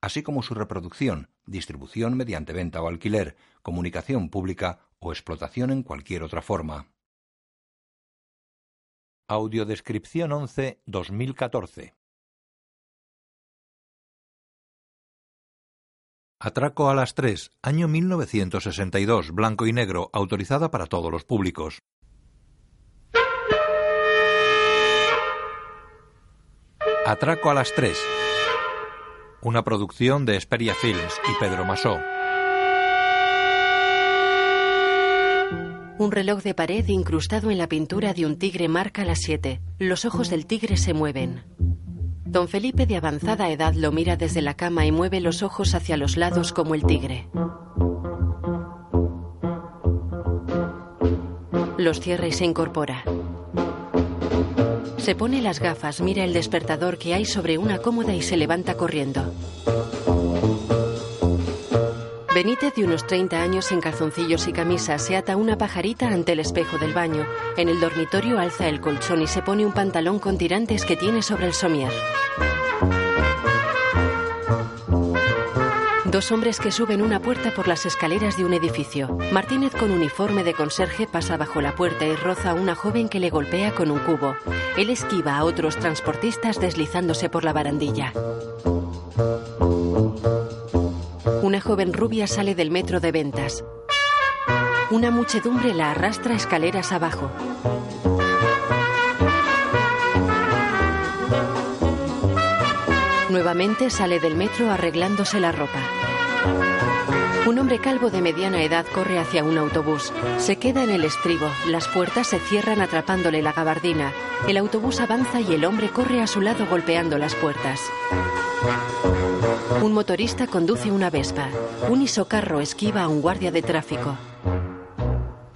así como su reproducción, distribución mediante venta o alquiler, comunicación pública o explotación en cualquier otra forma. Audiodescripción 11-2014 Atraco a las 3, año 1962, blanco y negro, autorizada para todos los públicos. Atraco a las 3. Una producción de Esperia Films y Pedro Masó. Un reloj de pared incrustado en la pintura de un tigre marca las 7. Los ojos del tigre se mueven. Don Felipe de avanzada edad lo mira desde la cama y mueve los ojos hacia los lados como el tigre. Los cierra y se incorpora. Se pone las gafas, mira el despertador que hay sobre una cómoda y se levanta corriendo. Benítez, de unos 30 años en calzoncillos y camisa, se ata una pajarita ante el espejo del baño. En el dormitorio alza el colchón y se pone un pantalón con tirantes que tiene sobre el somier. Dos hombres que suben una puerta por las escaleras de un edificio. Martínez con uniforme de conserje pasa bajo la puerta y roza a una joven que le golpea con un cubo. Él esquiva a otros transportistas deslizándose por la barandilla. Una joven rubia sale del metro de ventas. Una muchedumbre la arrastra escaleras abajo. Nuevamente sale del metro arreglándose la ropa. Un hombre calvo de mediana edad corre hacia un autobús. Se queda en el estribo. Las puertas se cierran atrapándole la gabardina. El autobús avanza y el hombre corre a su lado golpeando las puertas. Un motorista conduce una Vespa. Un isocarro esquiva a un guardia de tráfico.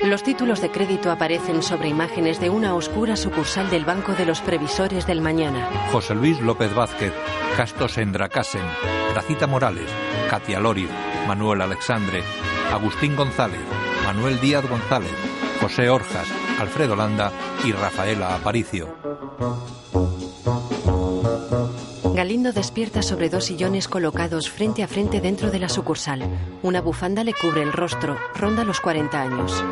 Los títulos de crédito aparecen sobre imágenes de una oscura sucursal del Banco de los Previsores del Mañana. José Luis López Vázquez, Casto Sendracasen, Racita Morales, Katia Loriz, Manuel Alexandre, Agustín González, Manuel Díaz González, José Orjas, Alfredo Landa y Rafaela Aparicio. Galindo despierta sobre dos sillones colocados frente a frente dentro de la sucursal. Una bufanda le cubre el rostro, ronda los 40 años.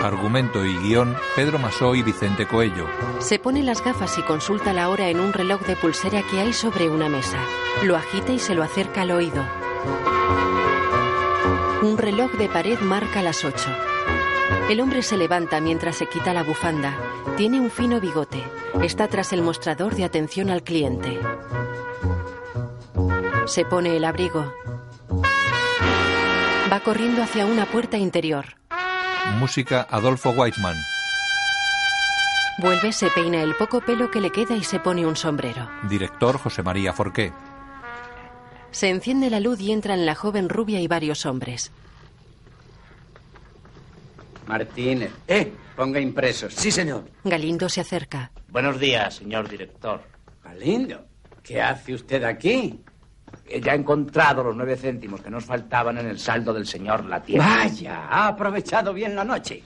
Argumento y guión, Pedro Masó y Vicente Coello. Se pone las gafas y consulta la hora en un reloj de pulsera que hay sobre una mesa. Lo agita y se lo acerca al oído. Un reloj de pared marca las 8. El hombre se levanta mientras se quita la bufanda. Tiene un fino bigote. Está tras el mostrador de atención al cliente. Se pone el abrigo. Va corriendo hacia una puerta interior. Música Adolfo Weisman. Vuelve, se peina el poco pelo que le queda y se pone un sombrero. Director José María Forqué. Se enciende la luz y entran la joven rubia y varios hombres. Martínez, ¿Eh? ponga impresos. Sí, señor. Galindo se acerca. Buenos días, señor director. Galindo, ¿qué hace usted aquí? Eh, Ya he encontrado los nueve céntimos que nos faltaban en el saldo del señor Latier. Vaya, ha aprovechado bien la noche.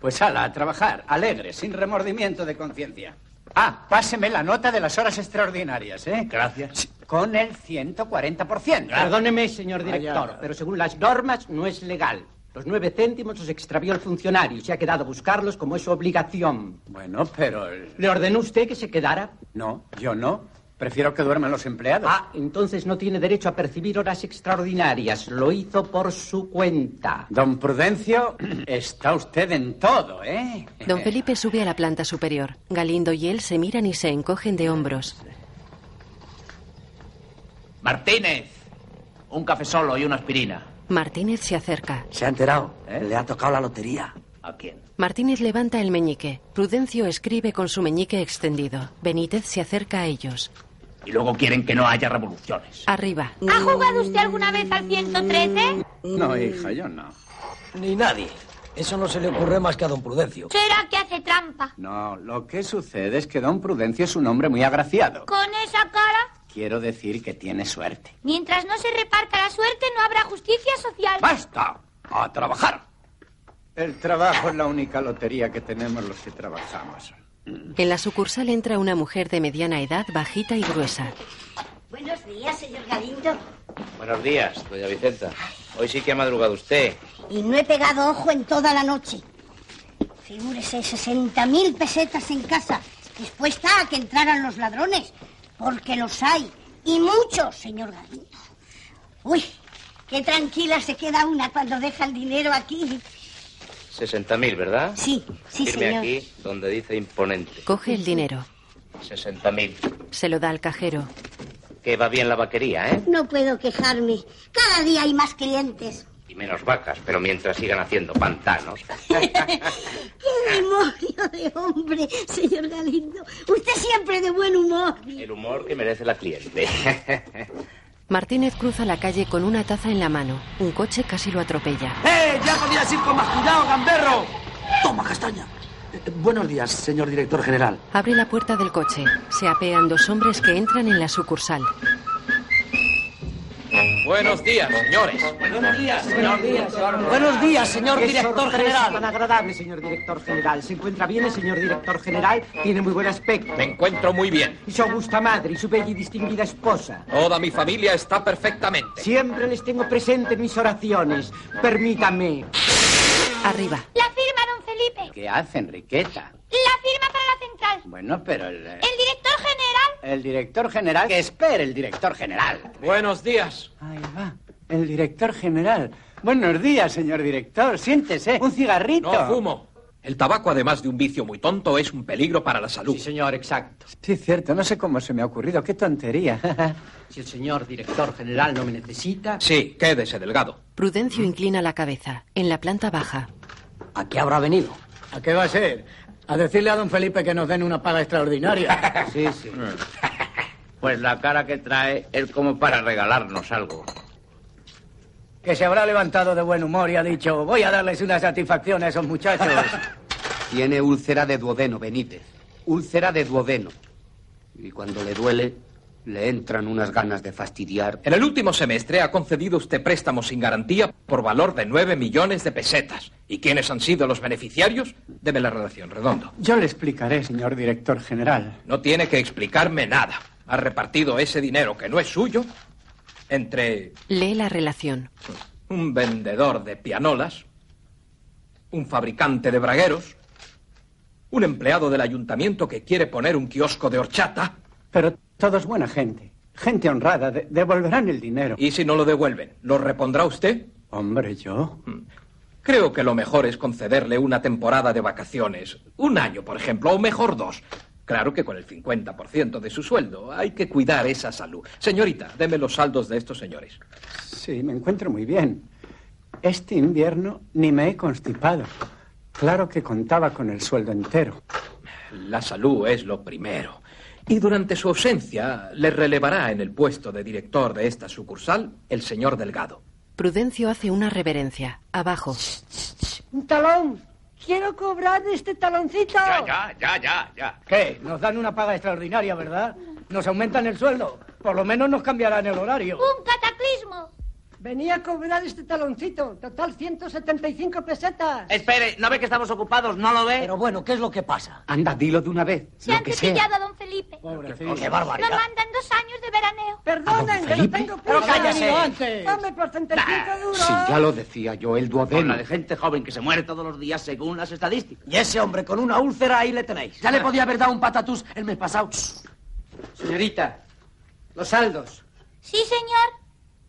Pues ala, a trabajar, alegre, sin remordimiento de conciencia. Ah, páseme la nota de las horas extraordinarias, ¿eh? Gracias. Sí, Con el 140%. Perdóneme, señor director, Vaya. pero según las normas no es legal. Los nueve céntimos los extravió el funcionario y se ha quedado a buscarlos como es su obligación. Bueno, pero... eh, el- ¿Le ordenó usted que se quedara? No, yo no. Prefiero que duerman los empleados. Ah, entonces no tiene derecho a percibir horas extraordinarias. Lo hizo por su cuenta. Don Prudencio, está usted en todo, ¿eh? Don Felipe sube a la planta superior. Galindo y él se miran y se encogen de hombros. Martínez, un café solo y una aspirina. ¿eh? Martínez se acerca. Se ha enterado. Le ha tocado la lotería. ¿A quién? Martínez levanta el meñique. Prudencio escribe con su meñique extendido. Benítez se acerca a ellos. Y luego quieren que no haya revoluciones. Arriba. ¿Ha jugado usted alguna vez al 113? No, hija, yo no. Ni nadie. Eso no se le ocurre más que a don Prudencio. ¿Será que hace trampa? No, lo que sucede es que don Prudencio es un hombre muy agraciado. Con esa cara, Quiero decir que tiene suerte. mientras no se reparta la suerte, no habrá justicia social. ¡Basta! ¡A trabajar! El trabajo es la única lotería que tenemos los que trabajamos. En la sucursal entra una mujer de mediana edad, bajita y gruesa. Buenos días, señor Galindo. Buenos días, doña Vicenta. Hoy sí que ha madrugado usted. Y no he pegado ojo en toda la noche. Figúrese, 60.000 pesetas en casa, dispuesta a que entraran los ladrones, porque los hay, y muchos, señor Galindo. Uy, qué tranquila se queda una cuando deja el dinero aquí. 60.000, ¿verdad? Sí, sí, Firme señor. aquí donde dice imponente. Coge el dinero. 60.000. Se lo da al cajero. Que va bien la vaquería, ¿eh? No puedo quejarme. Cada día hay más clientes. Y menos vacas, pero mientras sigan haciendo pantanos. ¡Qué demonio de hombre, señor Galindo! Usted siempre de buen humor. El humor que merece la cliente. Martínez cruza la calle con una taza en la mano. Un coche casi lo atropella. ¡Eh! ¡Ya podías ir con más cuidado, gamberro! Toma, castaña. Eh, buenos días, señor director general. Abre la puerta del coche. Se apean dos hombres que entran en la sucursal. Buenos días, señores. Buenos días, señor ¡Qué director sorpresa tan general. agradable, señor director general! ¿Se encuentra bien el señor director general? Tiene muy buen aspecto. Me encuentro muy bien. Y su augusta madre y su bella y distinguida esposa. Toda mi familia está perfectamente. Siempre les tengo presente en mis oraciones. Permítame. Arriba. La firma, don Felipe. ¿Qué hace Enriqueta? La firma para la central. Bueno, pero el... eh, El director general. El director general... Que espere el director general. Buenos días. Ahí va. El director general. Buenos días, señor director. Siéntese. Un cigarrito. No fumo. El tabaco, además de un vicio muy tonto, es un peligro para la salud. Sí, señor, exacto. Sí, cierto. No sé cómo se me ha ocurrido. Qué tontería. Si el señor director general no me necesita... Sí, quédese delgado. Prudencio inclina la cabeza. En la planta baja. ¿A qué habrá venido? ¿A qué va a ser? A decirle a don Felipe que nos den una paga extraordinaria. Sí, sí. Mm. Pues la cara que trae es como para regalarnos algo. que se habrá levantado de buen humor y ha dicho, voy a darles una satisfacción a esos muchachos. Tiene úlcera de duodeno, Benítez. Úlcera de duodeno. Y cuando le duele, le entran unas ganas de fastidiar. En el último semestre ha concedido usted préstamos sin garantía por valor de 9 millones de pesetas. ¿Y quiénes han sido los beneficiarios? Debe la redacción redondo. Yo le explicaré, señor director general. No tiene que explicarme nada. Ha repartido ese dinero que no es suyo entre Lee la relación. un vendedor de pianolas, un fabricante de bragueros, un empleado del ayuntamiento que quiere poner un kiosco de horchata Pero todos buena gente. Gente honrada. de- devolverán el dinero. y si no lo devuelven, ¿lo repondrá usted? Mm. Hombre, yo. Creo que lo mejor es concederle una temporada de vacaciones, un año, por ejemplo, o mejor dos. Claro que con el 50% de su sueldo hay que cuidar esa salud. Señorita, deme los saldos de estos señores. Sí, me encuentro muy bien. Este invierno ni me he constipado. Claro que contaba con el sueldo entero. La salud es lo primero. Y durante su ausencia le relevará en el puesto de director de esta sucursal el señor Delgado. Prudencio hace una reverencia. Abajo. Un talón. Quiero cobrar este taloncito. ya, ya, ya, ya. ¿Qué? Nos dan una paga extraordinaria, ¿verdad? Nos aumentan el sueldo. Por lo menos nos cambiarán el horario. Un cataclismo. Venía a cobrar este taloncito. Total 175 pesetas. Espere, ¿no ve que estamos ocupados? ¿No lo ve? Pero bueno, ¿qué es lo que pasa? Anda, dilo de una vez. Se han cepillado a don Felipe. Lo ¡Qué barbaridad! mandan dos años de veraneo. Perdonen, que no tengo Pero cállese. Dame por 35 euros. Sí, ya lo decía yo, el Con duodeno. la de gente joven que se muere todos los días según las estadísticas. Y ese hombre con una úlcera ahí le tenéis. Ya le podía haber dado un patatús el mes pasado. Señorita, los saldos. Sí, señor.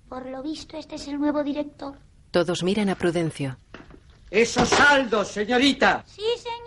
Por lo visto, este es el nuevo director. Todos miran a Prudencio. Esos saldos, señorita. Sí, señor.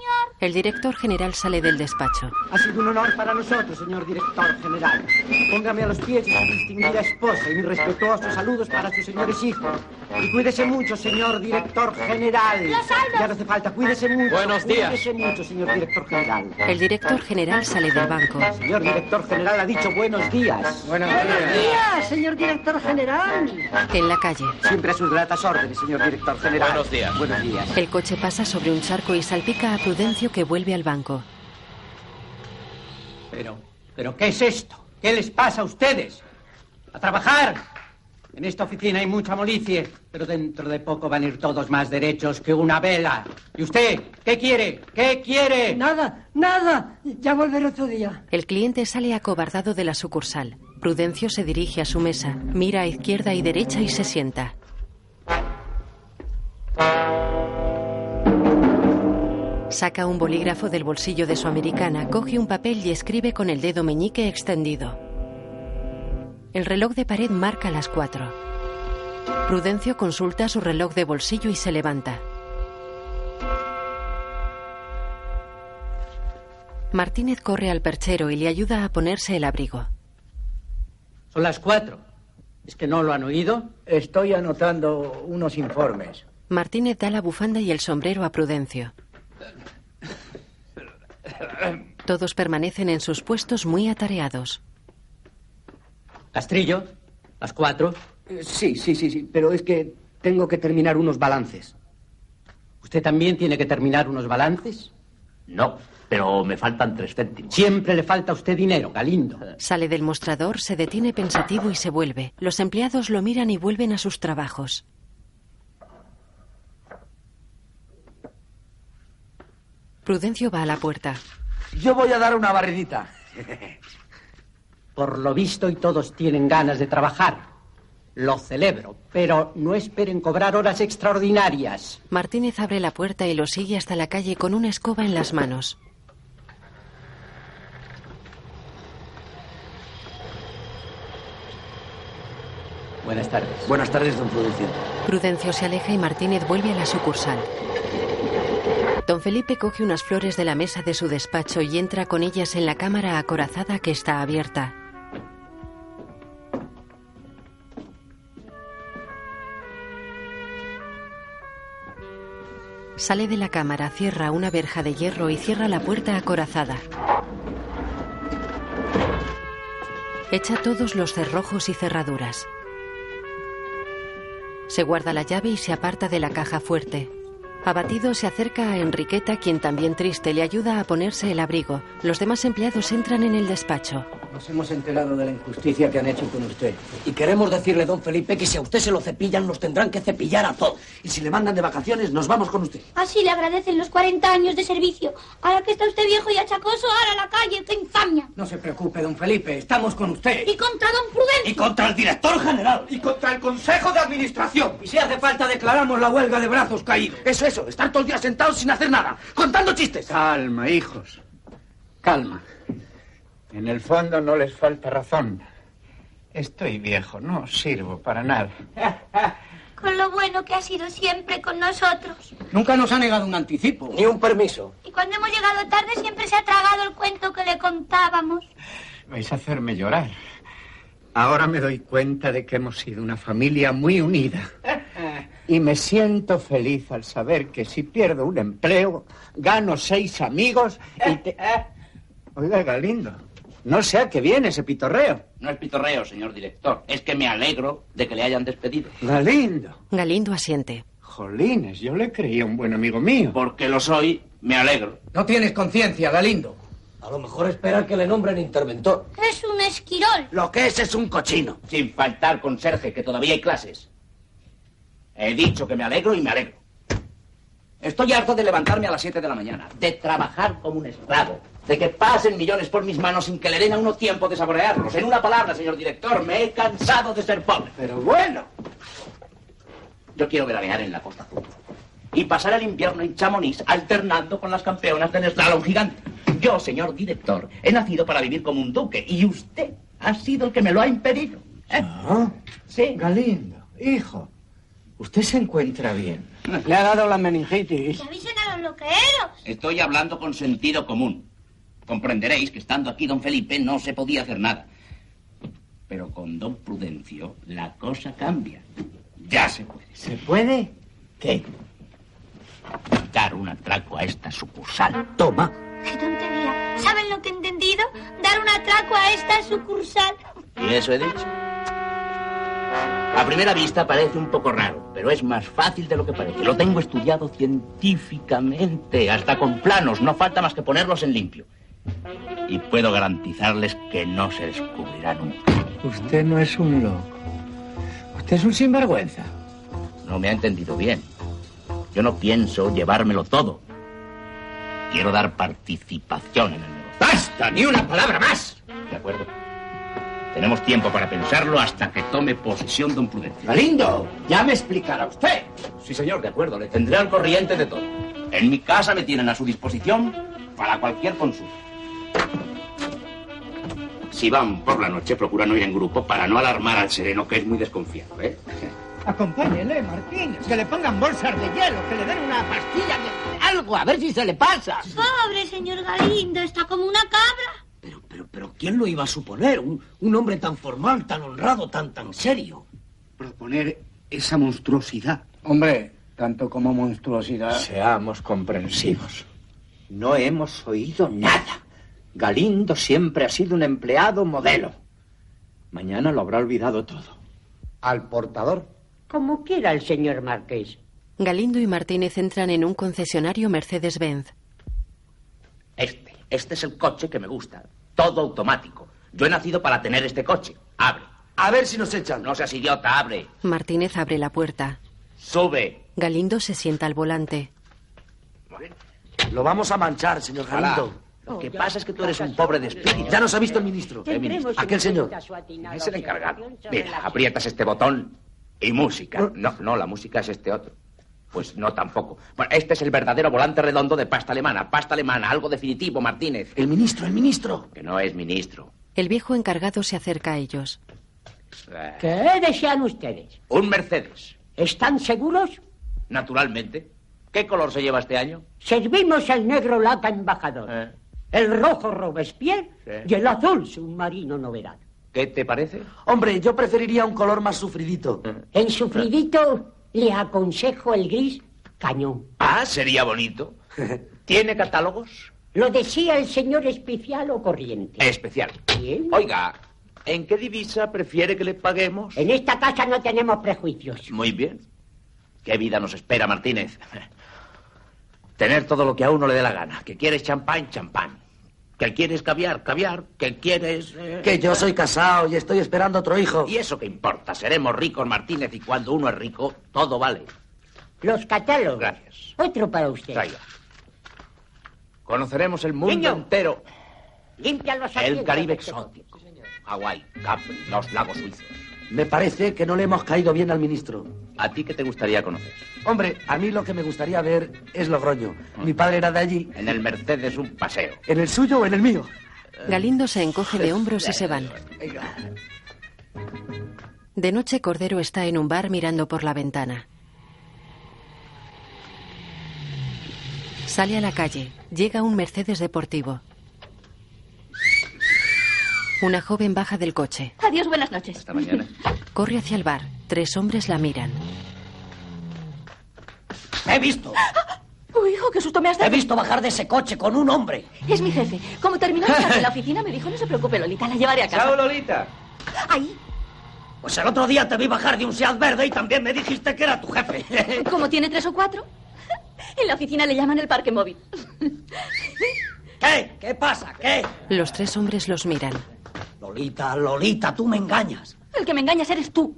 El director general sale del despacho. Ha sido un honor para nosotros, señor director general. Póngame a los pies de su distinguida esposa y mis respetuosos saludos para sus señores hijos. Y cuídese mucho, señor director general. Ya no hace falta, cuídese mucho. Buenos días. Cuídese mucho, señor director general. El director general sale del banco. Señor director general ha dicho buenos días. Buenos días, señor director general. En la calle. Siempre a sus gratas órdenes, señor director general. Buenos días. Buenos días. El coche pasa sobre un charco y salpica a Prudencio que vuelve al banco. Pero, pero ¿qué es esto? ¿Qué les pasa a ustedes? ¡A trabajar! En esta oficina hay mucha molicie, pero dentro de poco van a ir todos más derechos que una vela. ¿Y usted? ¿Qué quiere? ¿Qué quiere? Nada, nada. Ya volveré otro día. El cliente sale acobardado de la sucursal. Prudencio se dirige a su mesa, mira a izquierda y derecha y se sienta. Saca un bolígrafo del bolsillo de su americana, coge un papel y escribe con el dedo meñique extendido. El reloj de pared marca las cuatro. Prudencio consulta su reloj de bolsillo y se levanta. Martínez corre al perchero y le ayuda a ponerse el abrigo. Son las cuatro. ¿Es que no lo han oído? Estoy anotando unos informes. Martínez da la bufanda y el sombrero a Prudencio. Todos permanecen en sus puestos muy atareados. Castrillo, las cuatro. Sí, sí, sí, sí, pero es que tengo que terminar unos balances. ¿Usted también tiene que terminar unos balances? No, pero me faltan tres céntimos. Siempre le falta a usted dinero, Galindo. Sale del mostrador, se detiene pensativo y se vuelve. Los empleados lo miran y vuelven a sus trabajos. Prudencio va a la puerta. Yo voy a dar una barridita. Por lo visto, y todos tienen ganas de trabajar. Lo celebro, pero no esperen cobrar horas extraordinarias. Martínez abre la puerta y lo sigue hasta la calle con una escoba en las manos. Buenas tardes. Buenas tardes, don Prudencio. Prudencio se aleja y Martínez vuelve a la sucursal. Don Felipe coge unas flores de la mesa de su despacho y entra con ellas en la cámara acorazada que está abierta. Sale de la cámara, cierra una verja de hierro y cierra la puerta acorazada. Echa todos los cerrojos y cerraduras. Se guarda la llave y se aparta de la caja fuerte. Abatido se acerca a Enriqueta, quien también triste le ayuda a ponerse el abrigo. Los demás empleados entran en el despacho. Nos hemos enterado de la injusticia que han hecho con usted. Y queremos decirle, don Felipe, que si a usted se lo cepillan, nos tendrán que cepillar a todos. Y si le mandan de vacaciones, nos vamos con usted. Así le agradecen los 40 años de servicio. Ahora que está usted viejo y achacoso, ahora a la calle, qué infamia. No se preocupe, don Felipe, estamos con usted. Y contra don Prudencio. Y contra el director general. Y contra el Consejo de Administración. Y si hace falta, declaramos la huelga de brazos caídos. Eso, eso, estar todos los días sentados sin hacer nada, contando chistes. Calma, hijos. Calma. En el fondo no les falta razón. Estoy viejo, no sirvo para nada. Con lo bueno que ha sido siempre con nosotros. Nunca nos ha negado un anticipo. Ni un permiso. Y cuando hemos llegado tarde siempre se ha tragado el cuento que le contábamos. Vais a hacerme llorar. Ahora me doy cuenta de que hemos sido una familia muy unida. Y me siento feliz al saber que si pierdo un empleo, gano seis amigos y te... ¿eh? Oiga, Galindo, no sé a qué viene ese pitorreo. No es pitorreo, señor director. Es que me alegro de que le hayan despedido. Galindo. Galindo asiente. Jolines, yo le creía un buen amigo mío. Porque lo soy, me alegro. No tienes conciencia, Galindo. A lo mejor esperar que le nombren interventor. Es un esquirol. Lo que es es un cochino. Sin faltar conserje, que todavía hay clases. He dicho que me alegro y me alegro. Estoy harto de levantarme a las 7 de la mañana, de trabajar como un esclavo, de que pasen millones por mis manos sin que le den a uno tiempo de saborearlos. En una palabra, señor director, me he cansado de ser pobre. Pero bueno. Yo quiero veranear en la Costa Azul y pasar el invierno en Chamonix alternando con las campeonas del slalom gigante. Yo, señor director, he nacido para vivir como un duque y usted ha sido el que me lo ha impedido. ¿eh? ¿Ah? Sí. Galindo, hijo. Usted se encuentra bien. Le ha dado la meningitis. Avisen a los loqueros. Estoy hablando con sentido común. Comprenderéis que estando aquí don Felipe no se podía hacer nada. Pero con don Prudencio la cosa cambia. Ya se puede. ¿Se puede? ¿Qué? Dar un atraco a esta sucursal. Toma. ¡Qué tontería! ¿Saben lo que he entendido? Dar un atraco a esta sucursal. ¿Y eso he dicho? A primera vista parece un poco raro, pero es más fácil de lo que parece. Lo tengo estudiado científicamente, hasta con planos. No falta más que ponerlos en limpio. Y puedo garantizarles que no se descubrirá nunca. Usted no es un loco. Usted es un sinvergüenza. No me ha entendido bien. Yo no pienso llevármelo todo. Quiero dar participación en el negocio. ¡Basta! ¡Ni una palabra más! De acuerdo. Tenemos tiempo para pensarlo hasta que tome posesión don Prudencio. Galindo, ya me explicará usted. Sí, señor, de acuerdo. Le tendré al corriente de todo. En mi casa me tienen a su disposición para cualquier consulta. Si van por la noche, procura no ir en grupo para no alarmar al sereno, que es muy desconfiado, ¿eh? Acompáñele, Martín. Que le pongan bolsas de hielo, que le den una pastilla de algo, a ver si se le pasa. Pobre señor Galindo, está como una cabra. Pero ¿quién lo iba a suponer? Un, un hombre tan formal, tan honrado, tan, tan serio. Proponer esa monstruosidad. Hombre, tanto como monstruosidad. Seamos comprensivos. No hemos oído nada. Galindo siempre ha sido un empleado modelo. Mañana lo habrá olvidado todo. Al portador. Como quiera el señor Marqués. Galindo y Martínez entran en un concesionario Mercedes-Benz. Este, este es el coche que me gusta. Todo automático. Yo he nacido para tener este coche. Abre. A ver si nos echan. No seas idiota, abre. Martínez abre la puerta. Sube. Galindo se sienta al volante. Lo vamos a manchar, señor Ojalá. Galindo. Lo que pasa es que tú eres un pobre de espíritu. Ya nos ha visto el ministro. Eh, ¿Qué ministro? Aquel señor. Es el encargado. Mira, aprietas este botón y música. No, no, la música es este otro. Pues no tampoco. Bueno, este es el verdadero volante redondo de pasta alemana. Pasta alemana, algo definitivo, Martínez. El ministro, el ministro. Que no es ministro. El viejo encargado se acerca a ellos. Eh, ¿Qué desean ustedes? Un Mercedes, ¿Están seguros? naturalmente. ¿Qué color se lleva este año? Servimos el negro lata embajador, Eh. el rojo Robespierre Sí. y el azul submarino novedad. ¿Qué te parece? Hombre, yo preferiría un color más sufridito. En sufridito le aconsejo el gris cañón. Ah, sería bonito. ¿Tiene catálogos? Lo decía el señor especial o corriente. Especial. Oiga, ¿en qué divisa prefiere que le paguemos? En esta casa no tenemos prejuicios. Muy bien. ¿Qué vida nos espera, Martínez? Tener todo lo que a uno le dé la gana. Que quieres champán, champán. Que quieres caviar, caviar. Que quieres... eh, Que yo soy casado y estoy esperando otro hijo. ¿Y eso qué importa? Seremos ricos, Martínez, y cuando uno es rico, todo vale. Los catálogos. Gracias. Otro para usted. Traiga. Conoceremos el mundo Niño. entero. Limpia los El asientos, Caribe este exótico. Hawái, Capri, los lagos suizos. Me parece que no le hemos caído bien al ministro. ¿A ti qué te gustaría conocer? Hombre, a mí lo que me gustaría ver es Logroño. Mi padre era de allí. En el Mercedes un paseo. ¿En el suyo o en el mío? Galindo se encoge de hombros y se van. De noche Cordero está en un bar mirando por la ventana. Sale a la calle. Llega un Mercedes deportivo. Una joven baja del coche. Adiós, buenas noches. Hasta mañana. Corre hacia el bar. Tres hombres la miran. He visto. Uy, hijo, qué susto me has He dado. visto bajar de ese coche con un hombre. Es mi jefe. Como terminó de estar en la oficina, me dijo, no se preocupe, Lolita, la llevaré a casa. Lolita. Ahí. Pues el otro día te vi bajar de un Seat verde y también me dijiste que era tu jefe. Como tiene tres o cuatro, en la oficina le llaman el parque móvil. ¿Qué? ¿Qué pasa? ¿Qué? Los tres hombres los miran. Lolita, Lolita, tú me engañas. El que me engañas eres tú.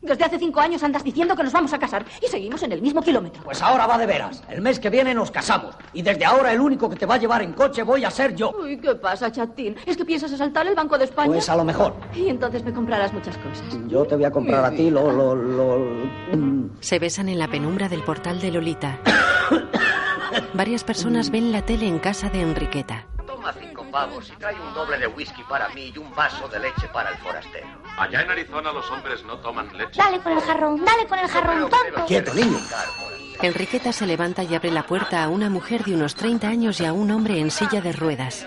Desde hace cinco años andas diciendo que nos vamos a casar y seguimos en el mismo kilómetro. Pues ahora va de veras. El mes que viene nos casamos. Y desde ahora el único que te va a llevar en coche voy a ser yo. Uy, ¿qué pasa, chatín? ¿Es que piensas asaltar el Banco de España? Pues a lo mejor. Y entonces me comprarás muchas cosas. Yo te voy a comprar a ti lo, lo, lo... mm. Se besan en la penumbra del portal de Lolita. Varias personas ven la tele en casa de Enriqueta. Toma cinco pavos y trae un doble de whisky para mí y un vaso de leche para el forastero. Allá en Arizona los hombres no toman leche. Dale con el jarrón, dale con el jarrón, tonto. Enriqueta se levanta y abre la puerta a una mujer de unos 30 años y a un hombre en silla de ruedas.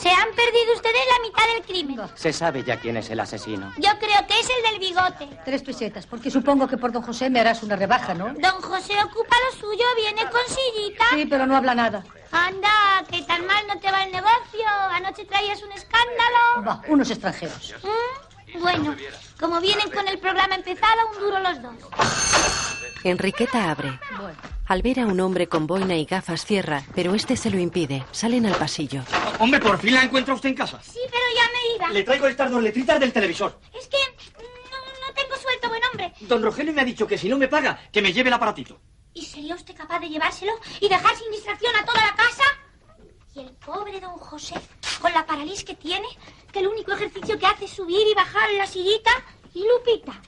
Se han perdido ustedes la mitad del crimen. Se sabe ya quién es el asesino. Yo creo que es el del bigote. Tres pesetas, porque supongo que por don José me harás una rebaja, ¿no? Don José ocupa lo suyo, viene con sillita. Sí, pero no habla nada. Anda, que tan mal no te va el negocio. Anoche traías un escándalo. Bah, unos extranjeros. Mm, Bueno, como vienen con el programa empezado, un duro los dos. Enriqueta abre. Al ver a un hombre con boina y gafas cierra, pero este se lo impide. Salen al pasillo. Hombre, por fin la encuentra usted en casa. Sí, pero ya me iba. Le traigo estas dos letritas del televisor. Es que mm, no, no tengo suelto, buen hombre. Don Rogelio me ha dicho que si no me paga, que me lleve el aparatito. ¿Y sería usted capaz de llevárselo y dejar sin distracción a toda la casa? Y el pobre don José, con la parálisis que tiene, que el único ejercicio que hace es subir y bajar la sillita, y Lupita,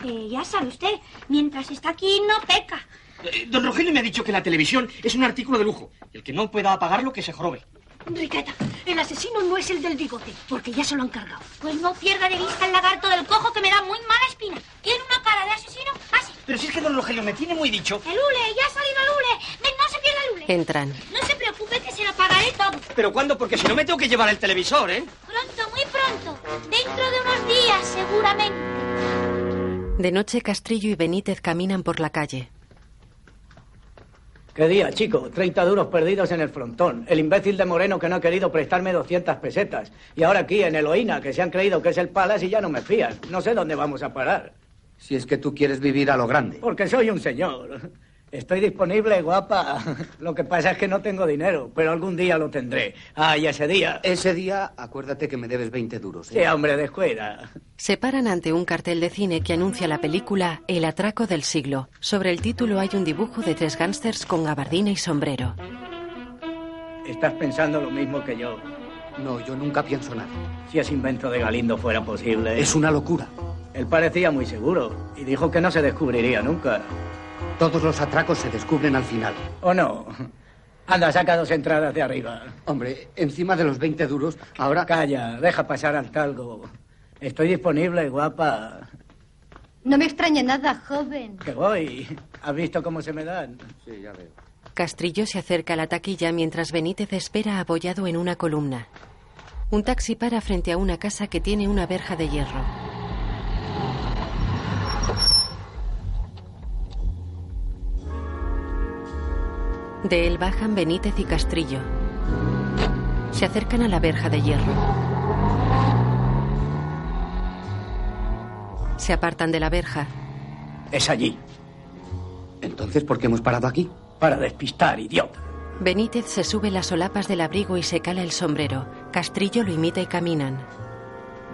que ya sabe usted, mientras está aquí no peca. Eh, Don Rogelio me ha dicho que la televisión es un artículo de lujo. El que no pueda pagarlo, que se jorobe. Enriqueta, el asesino no es el del bigote, porque ya se lo han cargado. Pues no pierda de vista el lagarto del cojo que me da muy mala espina. Tiene una cara de asesino así. Pero si es que Don Rogelio me tiene muy dicho. ¡El hule! ¡Ya ha salido el hule! Ven, no se pierda el hule. Entran. No se preocupe que se lo pagaré todo. ¿Pero cuándo? Porque si no me tengo que llevar el televisor, ¿eh? Pronto, muy pronto. Dentro de unos días, seguramente. De noche, Castrillo y Benítez caminan por la calle. ¿Qué día, chico? 30 duros perdidos en el frontón. El imbécil de Moreno que no ha querido prestarme 200 pesetas. Y ahora aquí, en Eloína, que se han creído que es el Palace y ya no me fían. No sé dónde vamos a parar. Si es que tú quieres vivir a lo grande. Porque soy un señor. Estoy disponible, guapa. Lo que pasa es que no tengo dinero, pero algún día lo tendré. Ah, y ese día... Ese día, acuérdate que me debes 20 duros. ¿eh? Sí, hombre, descuida. Se paran ante un cartel de cine que anuncia la película El atraco del siglo. Sobre el título hay un dibujo de tres gángsters con gabardina y sombrero. Estás pensando lo mismo que yo. No, yo nunca pienso nada. Si ese invento de Galindo fuera posible... Es una locura. Él parecía muy seguro y dijo que no se descubriría nunca. Todos los atracos se descubren al final. ¿O no? Anda, saca dos entradas de arriba. Hombre, encima de los 20 duros, ahora... Calla, deja pasar al talgo. Estoy disponible, guapa. No me extraña nada, joven. Que voy. ¿Has visto cómo se me dan? Sí, ya veo. Castrillo se acerca a la taquilla mientras Benítez espera apoyado en una columna. Un taxi para frente a una casa que tiene una verja de hierro. De él bajan Benítez y Castrillo. Se acercan a la verja de hierro. Se apartan de la verja. Es allí. Entonces, ¿por qué hemos parado aquí? Para despistar, idiota. Benítez se sube las solapas del abrigo y se cala el sombrero. Castrillo lo imita y caminan.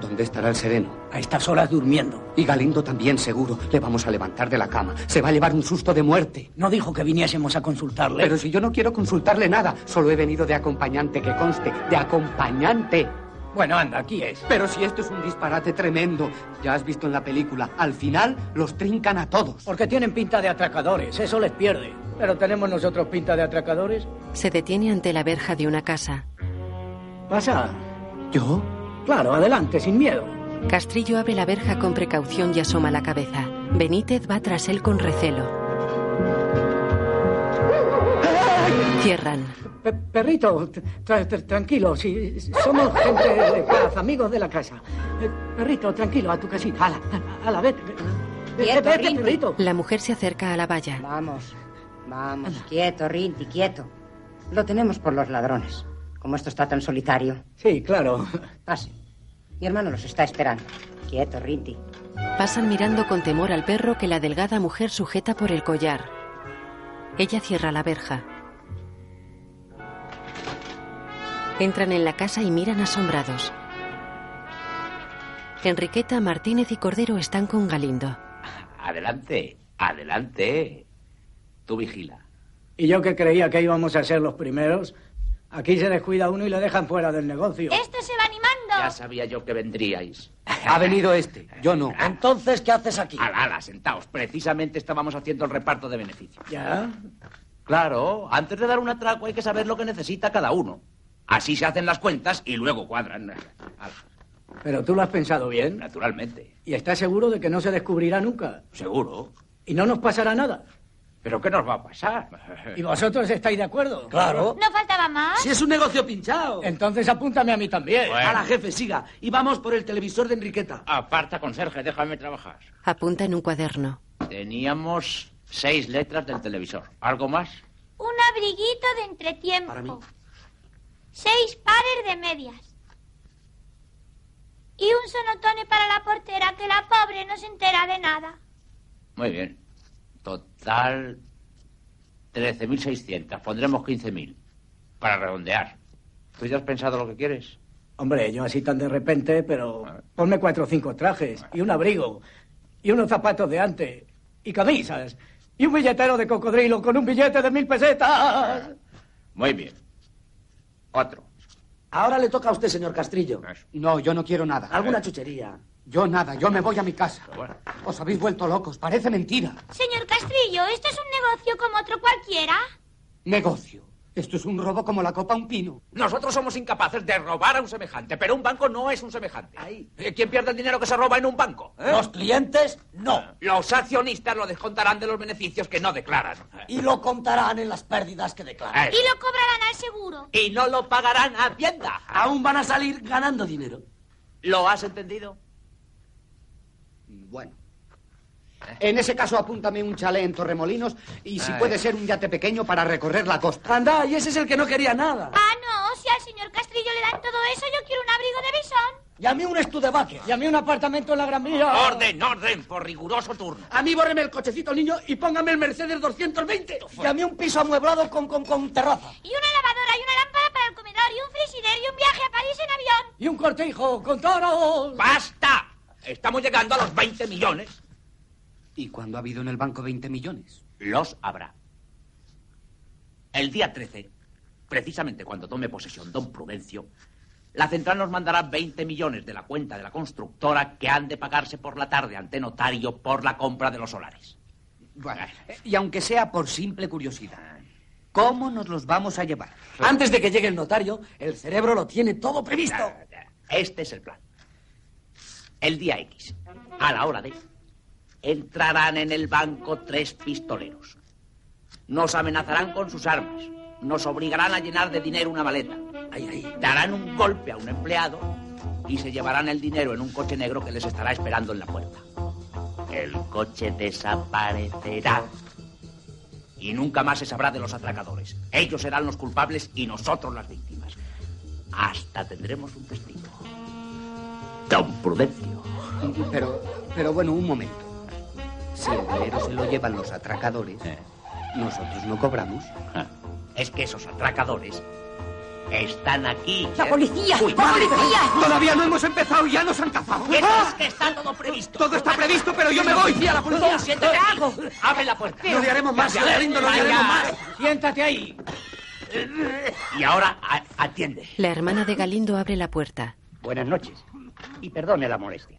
¿Dónde estará el sereno? A estas horas durmiendo. Y Galindo también, seguro. Le vamos a levantar de la cama. Se va a llevar un susto de muerte. No dijo que viniésemos a consultarle. Pero si yo no quiero consultarle nada, solo he venido de acompañante, que conste, de acompañante. Bueno, anda, aquí es. Pero si esto es un disparate tremendo, ya has visto en la película, al final los trincan a todos. Porque tienen pinta de atracadores, eso les pierde. Pero tenemos nosotros pinta de atracadores. Se detiene ante la verja de una casa. Pasa. ¿Yo? Claro, adelante, sin miedo. Castrillo abre la verja con precaución y asoma la cabeza. Benítez va tras él con recelo. Cierran. Pe- perrito, tra- tra- tranquilo, si somos gente de paz, amigos de la casa. Eh, Perrito, tranquilo, a tu casita. Ala, ala, ala, vete. vete, Quieto, vete, Rinti. perrito. La mujer se acerca a la valla. Vamos, vamos, quieto, Rinti, quieto. Lo tenemos por los ladrones. Como esto está tan solitario. Sí, claro. Pase. Mi hermano los está esperando. Quieto, Rinti. Pasan mirando con temor al perro que la delgada mujer sujeta por el collar. Ella cierra la verja. Entran en la casa y miran asombrados. Enriqueta, Martínez y Cordero están con Galindo. Adelante, adelante. Tú vigila. Y yo que creía que íbamos a ser los primeros, aquí se descuida uno y le dejan fuera del negocio. Este se va animando. Ya sabía yo que vendríais. Ha venido este, yo no. Entonces, ¿qué haces aquí? Ala, ala, sentaos. Precisamente estábamos haciendo el reparto de beneficios. ¿Ya? Claro, antes de dar un atraco hay que saber lo que necesita cada uno. Así se hacen las cuentas y luego cuadran. Pero tú lo has pensado bien. Naturalmente, ¿Y estás seguro de que no se descubrirá nunca? seguro. ¿Y no nos pasará nada? ¿Pero qué nos va a pasar? ¿Y vosotros estáis de acuerdo? ¿No faltaba más? Si es un negocio pinchado. Entonces apúntame a mí también. A la jefe, siga. Y vamos por el televisor de Enriqueta. Aparta, conserje, déjame trabajar. Apunta en un cuaderno. Teníamos seis letras del televisor. ¿Algo más? Un abriguito de entretiempo. Seis pares de medias. Y un sonotone para la portera que la pobre no se entera de nada. Muy bien. Total 13.600. Pondremos 15.000. Para redondear. ¿Tú ya has pensado lo que quieres? Hombre, yo así tan de repente, pero ponme cuatro o cinco trajes y un abrigo y unos zapatos de ante y camisas y un billetero de cocodrilo con un billete de mil pesetas. Muy bien. Otro. Ahora le toca a usted, señor Castrillo. No, yo no quiero nada. Alguna chuchería. Yo nada, yo me voy a mi casa. Os habéis vuelto locos, parece mentira. Señor Castrillo, ¿esto es un negocio como otro cualquiera? Negocio. Esto es un robo como la copa a un pino. Nosotros somos incapaces de robar a un semejante, pero un banco no es un semejante. Eh, ¿Quién pierde el dinero que se roba en un banco? eh? Los clientes, no. Los accionistas lo descontarán de los beneficios que no declaran. Y lo contarán en las pérdidas que declaran. Eh. Y lo cobrarán al seguro. Y no lo pagarán a tienda. Aún van a salir ganando dinero. ¿Lo has entendido? Bueno. En ese caso, apúntame un chalet en Torremolinos y si Ay. puede ser un yate pequeño para recorrer la costa. Anda, y ese es el que no quería nada. Ah, no, si al señor Castrillo le dan todo eso, yo quiero un abrigo de bisón. Y a mí un estudebaque. Y a mí un apartamento en la Gran Vía. Orden, orden, por riguroso turno. A mí bórreme el cochecito, niño, y póngame el Mercedes 220. Y a mí un piso amueblado con, con, con terraza. Y una lavadora y una lámpara para el comedor y un frigider y un viaje a París en avión. Y un cortijo con toros. ¡Basta! Estamos llegando a los 20 millones. ¿Y cuando ha habido en el banco 20 millones? Los habrá. El día 13, precisamente cuando tome posesión don Prudencio, la central nos mandará 20 millones de la cuenta de la constructora que han de pagarse por la tarde ante notario por la compra de los solares. Bueno, eh, y aunque sea por simple curiosidad, ¿cómo nos los vamos a llevar? Antes de que llegue el notario, el cerebro lo tiene todo previsto. Este es el plan. El día X, a la hora de... Entrarán en el banco tres pistoleros. Nos amenazarán con sus armas. Nos obligarán a llenar de dinero una maleta. Ay, ay, Darán un golpe a un empleado y se llevarán el dinero en un coche negro que les estará esperando en la puerta. El coche desaparecerá. Y nunca más se sabrá de los atracadores. Ellos serán los culpables y nosotros las víctimas. Hasta tendremos un testigo. Don Prudencio. Pero, pero bueno, un momento. Si el dinero se lo llevan los atracadores, Eh. nosotros no cobramos. Es que esos atracadores están aquí. ¡La policía! Uy, ¡La madre. policía! Todavía no hemos empezado y ya nos han cazado. Pues ¡Ah! es que está todo previsto. Todo está previsto, pero yo me voy. Policía, la policía. Son siete ¿Qué hago? Abre la puerta. No liaremos más, Vaya, señor Lindo, no vaya. liaremos más. Siéntate ahí. Y ahora a- atiende. La hermana de Galindo abre la puerta. Buenas noches. Y perdone la molestia.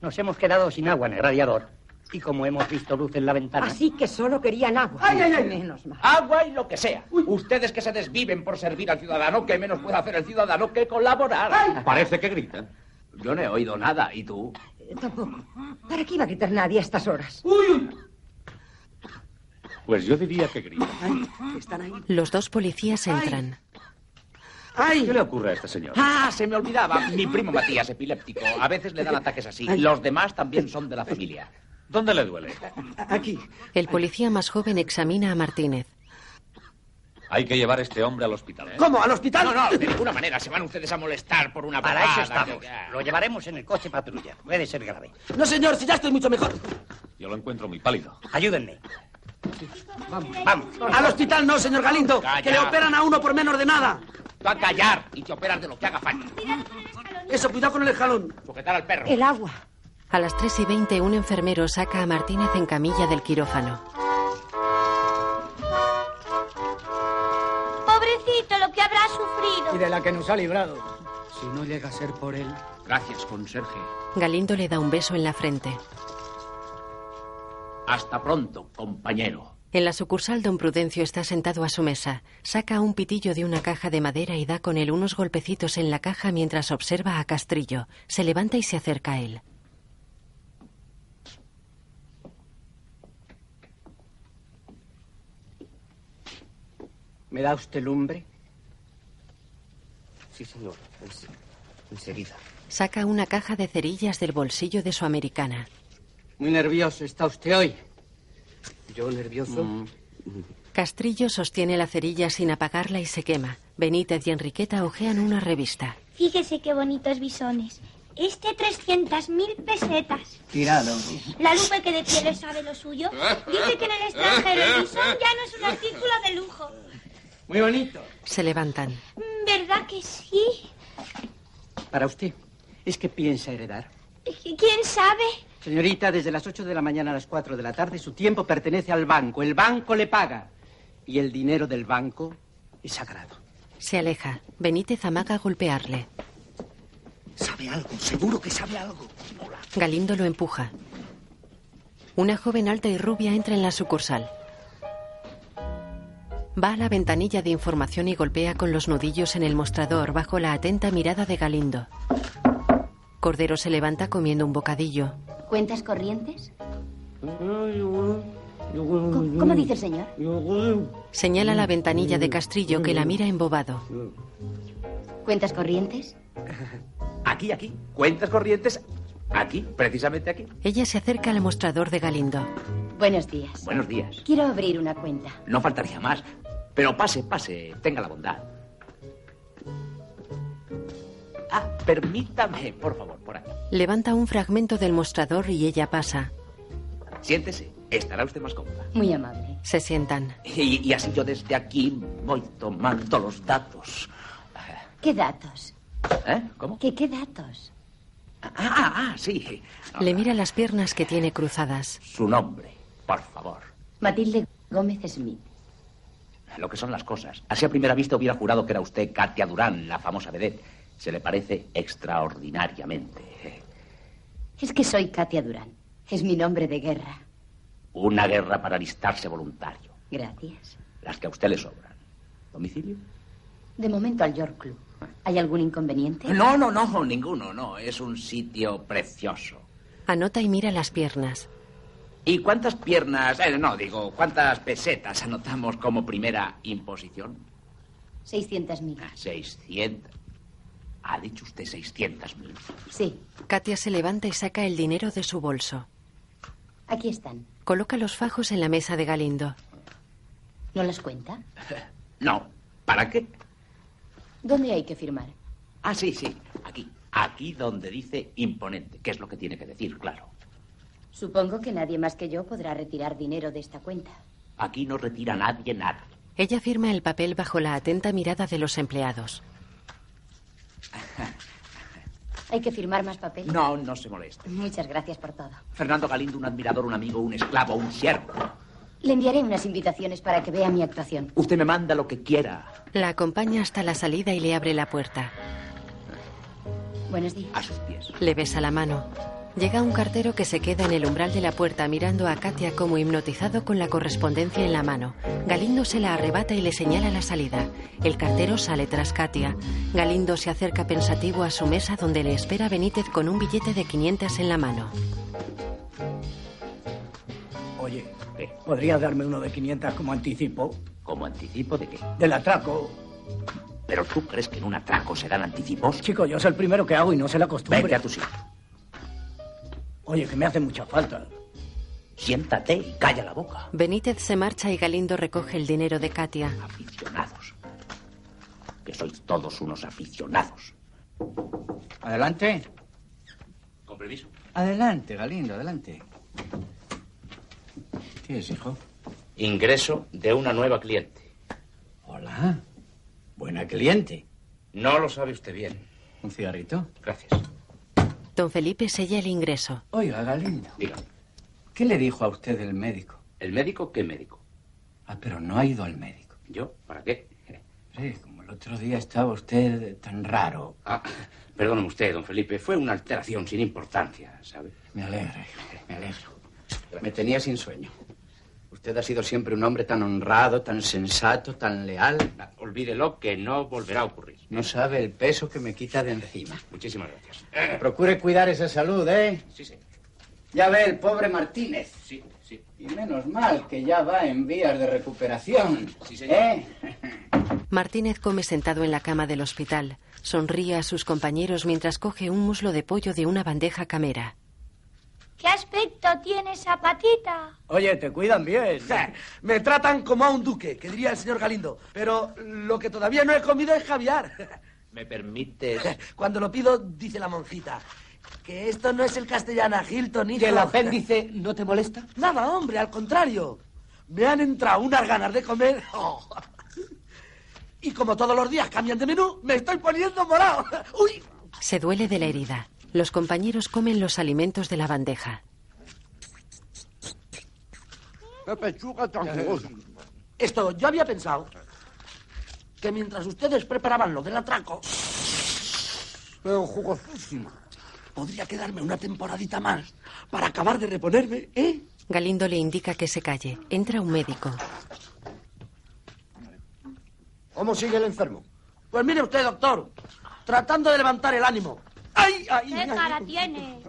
Nos hemos quedado sin agua en el radiador. Y como hemos visto luz en la ventana. Así que solo querían agua. Ay, ay, ay. Menos mal. Agua y lo que sea. Ustedes que se desviven por servir al ciudadano, que menos puede hacer el ciudadano que colaborar. Parece que gritan. Yo no he oído nada. ¿Y tú? Eh, Tampoco. ¿Para qué iba a gritar nadie a estas horas? Pues yo diría que grita. Están ahí. Los dos policías entran. ¿Qué le ocurre a este esta señora? Ah, se me olvidaba. Mi primo Matías, epiléptico. A veces le dan ataques así. Los demás también son de la familia. ¿Dónde le duele? Aquí. El policía más joven examina a Martínez. Hay que llevar a este hombre al hospital. ¿Cómo? ¿Al hospital? No, No, de ninguna manera. Se van ustedes a molestar por una Para eso pavada. estamos. Lo llevaremos en el coche patrulla. Puede ser grave. No, señor, si ya estoy mucho mejor. Yo lo encuentro muy pálido. Ayúdenme. Vamos, vamos. Al hospital no, señor Galindo. Calla. Que le operan a uno por menos de nada. Tú a callar y te operas de lo que haga falta. Eso, cuidado con el jalón. Sujetar al perro. El agua. A las 3 y 20 un enfermero saca a Martínez en camilla del quirófano. Pobrecito, lo que habrá sufrido. Y de la que nos ha librado. Si no llega a ser por él. Gracias, conserje. Galindo le da un beso en la frente. Hasta pronto, compañero. En la sucursal, don Prudencio está sentado a su mesa. Saca un pitillo de una caja de madera y da con él unos golpecitos en la caja mientras observa a Castrillo. Se levanta y se acerca a él. ¿Me da usted lumbre? Sí, señor. Ense- Enseguida. Saca una caja de cerillas del bolsillo de su americana. Muy nervioso está usted hoy. Mm. ¿Yo nervioso? Castrillo sostiene la cerilla sin apagarla y se quema. Benítez y Enriqueta ojean una revista. Fíjese qué bonitos bisones. Este 300.000 pesetas. Tirado. La lupe que de pieles sabe lo suyo. Dice que en el extranjero el bisón ya no es un artículo de lujo. Muy bonito. Se levantan. Mm, ¿Verdad que sí? Para usted. ¿Es que piensa heredar? ¿Quién sabe? Señorita, desde las 8 de la mañana a las 4 de la tarde su tiempo pertenece al banco. El banco le paga. Y el dinero del banco es sagrado. Se aleja. Benítez amaga a golpearle. Sabe algo, seguro que sabe algo. Galindo lo empuja. Una joven alta y rubia entra en la sucursal. Va a la ventanilla de información y golpea con los nudillos en el mostrador bajo la atenta mirada de Galindo. Cordero se levanta comiendo un bocadillo. ¿Cuentas corrientes? ¿Cómo, cómo dice el señor? Señala la ventanilla de Castrillo que la mira embobado. ¿Cuentas corrientes? Aquí, aquí. Cuentas corrientes aquí, precisamente aquí. Ella se acerca al mostrador de Galindo. Buenos días. Buenos días. Quiero abrir una cuenta. No faltaría más. Pero pase, pase. Tenga la bondad. Ah, permítame, por favor, por aquí. Levanta un fragmento del mostrador y ella pasa. Siéntese. Estará usted más cómoda. Muy amable. Se sientan. Y, y así yo desde aquí voy tomando los datos. ¿Qué datos? ¿Eh? ¿Cómo? ¿Qué, qué datos? Ah, ah, ah, sí. Le mira las piernas que tiene cruzadas. Su nombre, por favor. Matilde Gómez Smith. Lo que son las cosas. Así a primera vista hubiera jurado que era usted Katia Durán, la famosa vedette. Se le parece extraordinariamente. Es que soy Katia Durán. Es mi nombre de guerra. Una guerra para alistarse voluntario. Gracias. Las que a usted le sobran. ¿Domicilio? De momento al York Club. ¿Hay algún inconveniente? No, no, no, ninguno, no. Es un sitio precioso. Anota y mira las piernas. ¿Y cuántas piernas, eh, no, digo, cuántas pesetas anotamos como primera imposición? 600.000. 600. ¿Ha dicho usted 600.000? Sí. Katia se levanta y saca el dinero de su bolso. Aquí están. Coloca los fajos en la mesa de Galindo. ¿No las cuenta? No. ¿Para qué? ¿Dónde hay que firmar? Ah, sí, sí. Aquí. Aquí donde dice imponente, que es lo que tiene que decir, claro. Supongo que nadie más que yo podrá retirar dinero de esta cuenta. Aquí no retira nadie nada. Ella firma el papel bajo la atenta mirada de los empleados. ¿Hay que firmar más papel? No, no se molesta. Muchas gracias por todo. Fernando Galindo, un admirador, un amigo, un esclavo, un siervo. Le enviaré unas invitaciones para que vea mi actuación. Usted me manda lo que quiera. La acompaña hasta la salida y le abre la puerta. Buenos días. A sus pies. Le besa la mano. Llega un cartero que se queda en el umbral de la puerta mirando a Katia como hipnotizado con la correspondencia en la mano. Galindo se la arrebata y le señala la salida. El cartero sale tras Katia. Galindo se acerca pensativo a su mesa donde le espera Benítez con un billete de 500 en la mano. Oye, ¿podrías darme uno de 500 como anticipo? ¿Como anticipo de qué? Del atraco. ¿Pero tú crees que en un atraco se dan anticipos? Chico, yo soy el primero que hago y no se la costumbre. Vete a tu sitio. Oye, que me hace mucha falta. Siéntate y calla la boca. Benítez se marcha y Galindo recoge el dinero de Katia. Aficionados. Que sois todos unos aficionados. Adelante. Con permiso. Adelante, Galindo, adelante. ¿Qué es, hijo? Ingreso de una nueva cliente. Hola. Buena cliente. No lo sabe usted bien. ¿Un cigarrito? Gracias. Don Felipe sella el ingreso. Oiga, Galindo. Diga. ¿Qué le dijo a usted el médico? ¿El médico qué médico? Ah, pero no ha ido al médico. ¿Yo? ¿Para qué? Sí, como el otro día estaba usted tan raro. Ah, perdóneme usted, don Felipe. Fue una alteración sin importancia, ¿sabe? Me alegro, hijo, me alegro. Gracias. Me tenía sin sueño. Usted ha sido siempre un hombre tan honrado, tan sensato, tan leal. Olvídelo que no volverá a ocurrir. No sabe el peso que me quita de encima. Muchísimas gracias. Procure cuidar esa salud, ¿eh? Sí, sí. Ya ve el pobre Martínez. Sí, sí. Y menos mal que ya va en vías de recuperación. Sí, señor. ¿Eh? Martínez come sentado en la cama del hospital. Sonríe a sus compañeros mientras coge un muslo de pollo de una bandeja camera. ¿Qué aspecto tiene esa patita? Oye, te cuidan bien. Me tratan como a un duque, que diría el señor Galindo. Pero lo que todavía no he comido es caviar. ¿Me permites? Cuando lo pido, dice la monjita. Que esto no es el castellana, Hilton, hijo. ¿Que el apéndice no te molesta? Nada, hombre, al contrario. Me han entrado unas ganas de comer. Oh. Y como todos los días cambian de menú, me estoy poniendo morado. ¡Uy! Se duele de la herida. Los compañeros comen los alimentos de la bandeja. ¡Qué pechuga tan jugosa! Esto, yo había pensado que mientras ustedes preparaban lo del atraco... Pero jugosísima. Podría quedarme una temporadita más para acabar de reponerme, ¿eh? Galindo le indica que se calle. Entra un médico. ¿Cómo sigue el enfermo? Pues mire usted, doctor, tratando de levantar el ánimo. ¡Ay, ay, ¿Qué ay! cara tiene?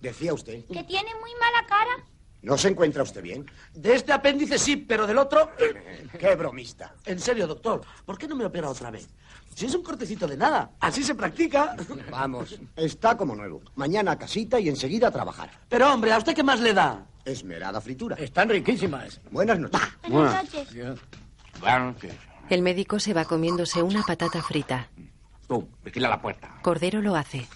Decía usted. ¿Que tiene muy mala cara? ¿No se encuentra usted bien? De este apéndice sí, pero del otro... ¡Qué bromista! En serio, doctor, ¿por qué no me opera otra vez? Si es un cortecito de nada, así se practica. Vamos, está como nuevo. Mañana a casita y enseguida a trabajar. Pero, hombre, ¿a usted qué más le da? Esmerada fritura. Están riquísimas. Buenas noches. Buenas noches. Bueno, que El médico se va comiéndose una patata frita. tú, vigila la puerta. Cordero lo hace.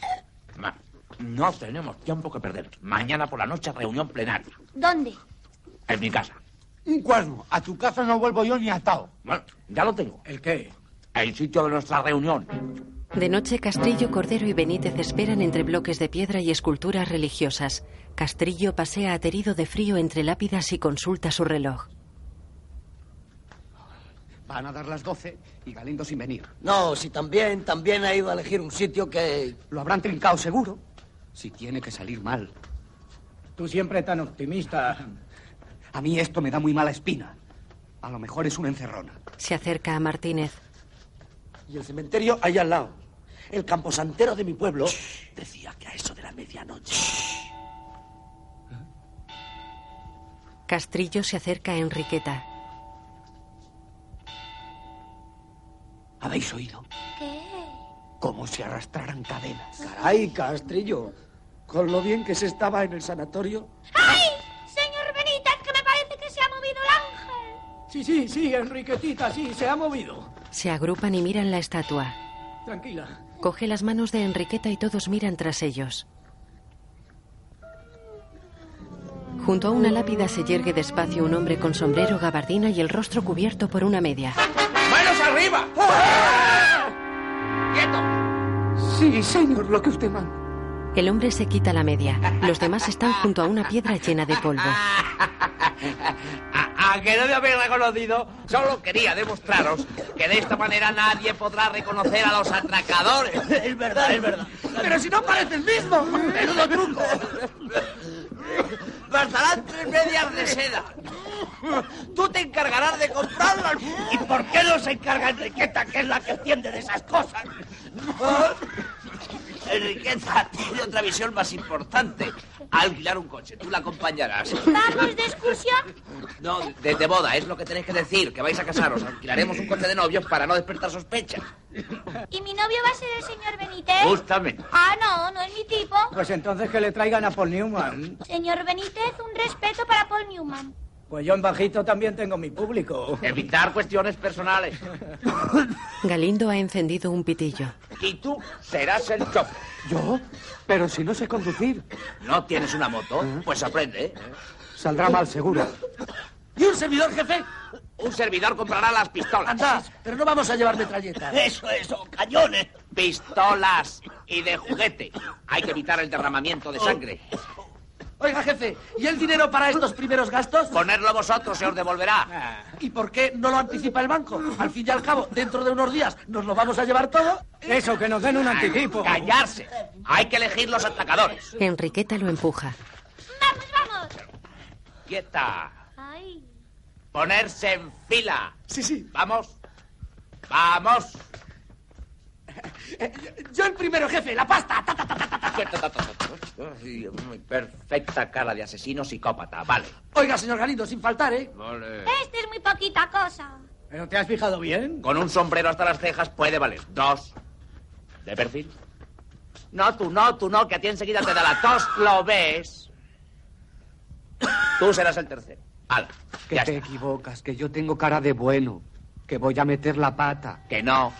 Ma, No tenemos tiempo que perder. Mañana por la noche reunión plenaria. ¿Dónde? En mi casa. Un cuerno. A tu casa no vuelvo yo ni atado. Bueno, ya lo tengo. ¿El qué? El sitio de nuestra reunión. De noche, Castrillo, Cordero y Benítez esperan entre bloques de piedra y esculturas religiosas. Castrillo pasea aterido de frío entre lápidas y consulta su reloj. Van a dar las 12 y Galindo sin venir. No, si también, también ha ido a elegir un sitio que... Lo habrán trincado seguro. Si tiene que salir mal. Tú siempre tan optimista. A mí esto me da muy mala espina. A lo mejor es una encerrona. Se acerca a Martínez. Y el cementerio allá al lado. El camposantero de mi pueblo decía que a eso de la medianoche... Castrillo se acerca a Enriqueta. ¿Habéis oído? ¿Qué? Cómo se arrastraran cadenas. Caray, Castrillo. Con lo bien que se estaba en el sanatorio. ¡Ay! Señor Benítez, que me parece que se ha movido el ángel. Sí, sí, sí, Enriquetita, sí, se ha movido. Se agrupan y miran la estatua. Tranquila. Coge las manos de Enriqueta y todos miran tras ellos. Junto a una lápida se yergue despacio un hombre con sombrero, gabardina y el rostro cubierto por una media. ¡Manos arriba! ¡Ah! Sí, señor, lo que usted manda. El hombre se quita la media. Los demás están junto a una piedra llena de polvo. A, a que no me habéis reconocido, solo quería demostraros que de esta manera nadie podrá reconocer a los atracadores. Es verdad, es verdad. Pero si no parece el mismo. Menudo truco. Bastarán tres medias de seda. Tú te encargarás de comprarlas. ¿Y por qué no se encarga Enriqueta, que es la que entiende de esas cosas? Enriqueta tiene otra visión más importante. Alquilar un coche. Tú la acompañarás. ¿Vamos de excursión? No, de, de boda, es lo que tenéis que decir, que vais a casaros. Alquilaremos un coche de novios para no despertar sospechas. ¿Y mi novio va a ser el señor Benítez? Justamente. Ah, no, no es mi tipo. Pues entonces que le traigan a Paul Newman. Señor Benítez, un respeto para Paul Newman. Pues yo en bajito también tengo mi público. Evitar cuestiones personales. Galindo ha encendido un pitillo. Y tú serás el chofer. ¿Yo? Pero si no sé conducir, ¿No tienes una moto? Pues aprende. ¿eh? saldrá mal seguro. ¿Y un servidor, jefe? Un servidor comprará las pistolas. Anda, pero no vamos a llevar metralletas. Eso, oh, eso, cañones. Pistolas y de juguete. Hay que evitar el derramamiento de sangre. Oiga, jefe, ¿y el dinero para estos primeros gastos? Ponerlo vosotros se os devolverá. ¿Y por qué no lo anticipa el banco? Al fin y al cabo, dentro de unos días nos lo vamos a llevar todo. Eso, que nos den un anticipo. Callarse. Hay que elegir los atacadores. Enriqueta lo empuja. ¡Vamos, vamos! Quieta. Ay, Ponerse en fila. Sí, sí. Vamos. Vamos. Yo el primero, jefe, la pasta. Ay, mi perfecta cara de asesino psicópata, vale. Oiga, señor Galindo, sin faltar, ¿eh? Vale. Este es muy poquita cosa. ¿Pero te has fijado bien? Con un sombrero hasta las cejas puede valer. Dos. ¿De perfil? No, tú no, tú no, que a ti enseguida te da la tos, lo ves. Tú serás el tercero. Ala. Que te equivocas, que yo tengo cara de bueno, que voy a meter la pata. Que no.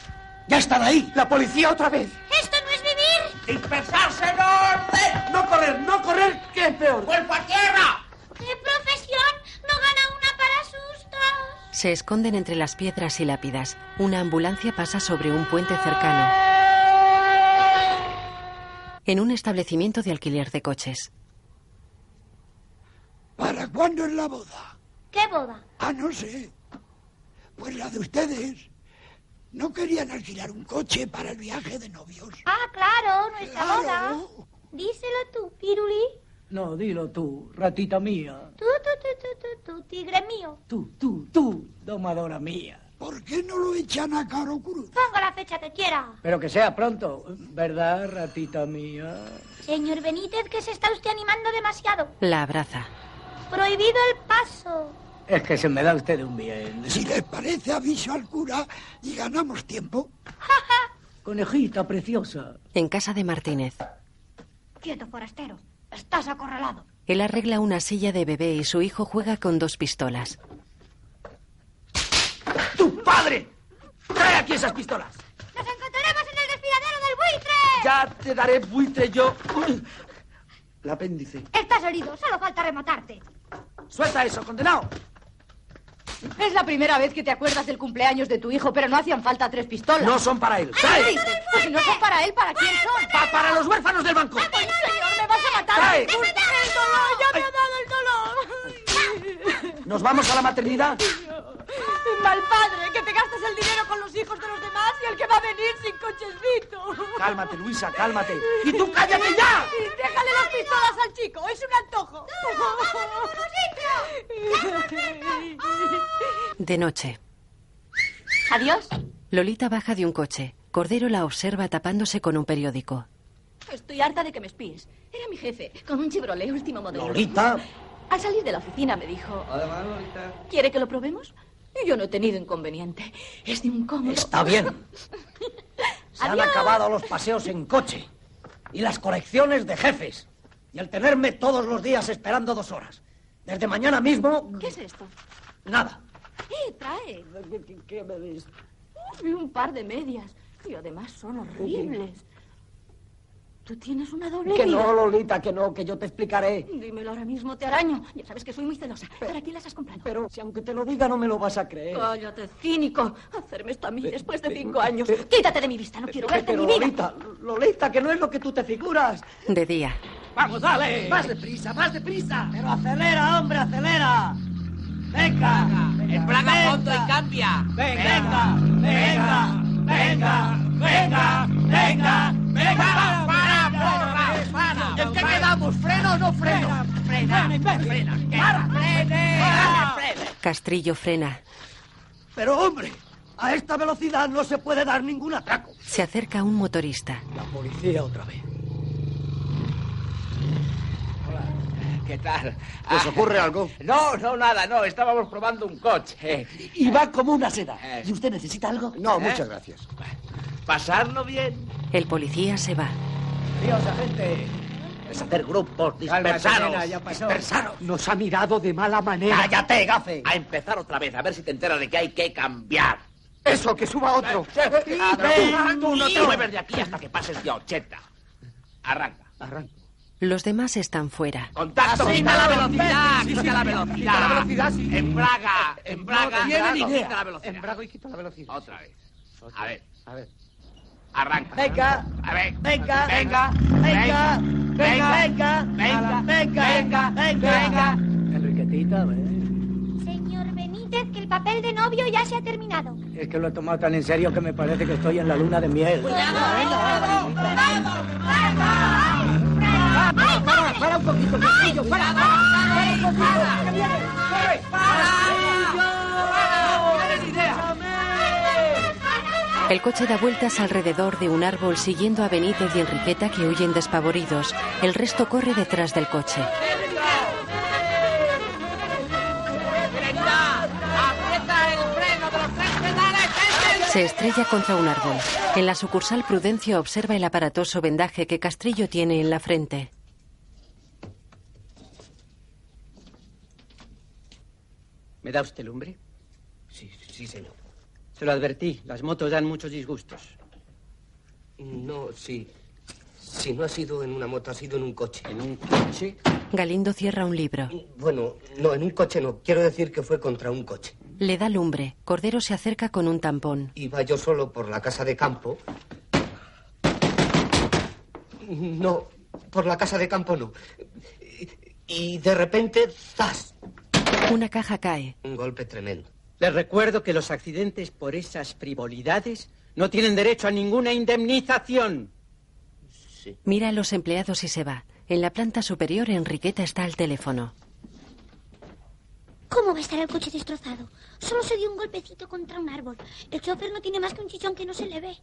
¡Ya están ahí! ¡La policía otra vez! ¡Esto no es vivir! ¡Dispersarse en orden! ¡No correr, no correr! ¡Qué es peor! ¡Vuelvo a tierra! ¡Qué profesión! ¡No gana una para sustos! Se esconden entre las piedras y lápidas. Una ambulancia pasa sobre un puente cercano. En un establecimiento de alquiler de coches. ¿Para cuándo es la boda? ¿Qué boda? Ah, no sé. Pues la de ustedes. ¿No querían alquilar un coche para el viaje de novios? Ah, claro, nuestra Claro. boda. Díselo tú, Piruli. No, dilo tú, ratita mía. Tú, tú, tú, tú, tú, tú, tigre mío. Tú, tú, tú, domadora mía. ¿Por qué no lo echan a Caro Cruz? Ponga la fecha que quiera. Pero que sea pronto, ¿verdad, ratita mía? Señor Benítez, que se está usted animando demasiado. La abraza. Prohibido el paso. Es que se me da usted un bien. Si les parece, aviso al cura y ganamos tiempo. Conejita preciosa. En casa de Martínez. Quieto, forastero. Estás acorralado. Él arregla una silla de bebé y su hijo juega con dos pistolas. ¡Tu padre! ¡Trae aquí esas pistolas! ¡Nos encontraremos en el desfiladero del buitre! Ya te daré buitre yo. Uy, El apéndice. Estás herido, solo falta rematarte. ¡Suelta eso, condenado! Es la primera vez que te acuerdas del cumpleaños de tu hijo, pero no hacían falta tres pistolas. No son para él. ¡Trae! Pues si no son para él, ¿para quién son? Pa- para los huérfanos del banco. ¡Ay, señor, me vas a matar! ¡Trae! ¡El dolor! ¡Ya me ha dado el dolor! ¿Nos vamos a la maternidad? Mal padre, que te gastas el dinero con los hijos de los demás y el que va a venir sin cochecito. Cálmate, Luisa, cálmate. ¡Y tú cállate ya! Déjale las pistolas al chico, es un antojo. De noche. Adiós. Lolita baja de un coche. Cordero la observa tapándose con un periódico. Estoy harta de que me espíes. Era mi jefe, con un Chevrolet último modelo. Lolita. Al salir de la oficina me dijo... Además, Lolita. ¿Quiere que lo probemos? Y Yo no he tenido inconveniente. Es de un cómodo. Está bien. Se han Adiós. acabado los paseos en coche y las colecciones de jefes y el tenerme todos los días esperando dos horas. Desde mañana mismo, ¿Qué es esto? nada. ¡Eh, trae! ¿Qué, me ves? Un par de medias. Y además son horribles. Tú tienes una doble Que vida. no, Lolita, que no, que yo te explicaré. Dímelo ahora mismo, te araño. Ya sabes que soy muy celosa. ¿Para quién las has comprado? Pero si aunque te lo diga eh. no me lo vas a creer. Cállate, cínico. Hacerme esto a mí después de cinco años. Quítate de mi vista, no quiero verte en Pero mi vida. Lolita, Lolita, que no es lo que tú te figuras. De día. Vamos, dale. Más deprisa, más deprisa. Pero acelera, hombre, acelera. Venga. Emplaca fondo y cambia. Venga, venga, venga, venga, venga, venga, para, para, para. ¿En qué quedamos? ¿Freno o no freno? Frena, frena, frena. Para, Castrillo frena. Pero hombre, a esta velocidad no se puede dar ningún atraco. Se acerca un motorista. La policía otra vez. ¿Qué tal? ¿Les ocurre algo? No, no, nada, no. Estábamos probando un coche. Y va como una seda. ¿Y usted necesita algo? No, muchas Eh. gracias. Pasarlo bien. El policía se va. Dios, agente. Deshacer grupos, Calma, nena, dispersaros. ya pasó. Dispersaros. Nos ha mirado de mala manera. ¡Cállate, gafe! A empezar otra vez, a ver si te enteras de que hay que cambiar. Eso, que suba otro. Ven, tú no te mueves de aquí hasta que pases de 80. Arranca. Los demás están fuera. Contacto. Quita la velocidad, quita la velocidad. la velocidad, sí. En Braga, en Braga. tiene ni quita idea. la velocidad. Embrago y quita la velocidad. Otra vez. A ver. A ver. Arranca. Venga, A ver. venga, Venga. venga, venga, venga, venga, venga, venga, venga. Enriquetita, ¿ves? Señor Benítez, que el papel de novio ya se ha terminado. es que lo he tomado tan en serio que me parece que estoy en la luna de miel. eh. Para, para, para un poquito, Castillo, para, para, para un poquito. que viene. Para, El coche da vueltas alrededor de un árbol siguiendo a Benítez y Enriqueta que huyen despavoridos. El resto corre detrás del coche. ¡Aprieta el freno de los tres pedales! eh. Se estrella contra un árbol. En la sucursal Prudencio observa el aparatoso vendaje que Castrillo tiene en la frente. ¿Me da usted lumbre? Sí, sí, señor. Se lo advertí, las motos dan muchos disgustos. No, sí. Si no ha sido en una moto, ha sido en un coche. ¿En un coche? Galindo cierra un libro. Bueno, no, en un coche no. Quiero decir que fue contra un coche. Le da lumbre. Cordero se acerca con un tampón. Iba yo solo por la casa de campo. No, por la casa de campo no. Y de repente, ¡zas! Una caja cae. Un golpe tremendo. Les recuerdo que los accidentes por esas frivolidades no tienen derecho a ninguna indemnización. Mira a los empleados y se va. En la planta superior, Enriqueta está al teléfono. ¿Cómo va a estar el coche destrozado? Solo se dio un golpecito contra un árbol. El chofer no tiene más que un chichón que no se le ve.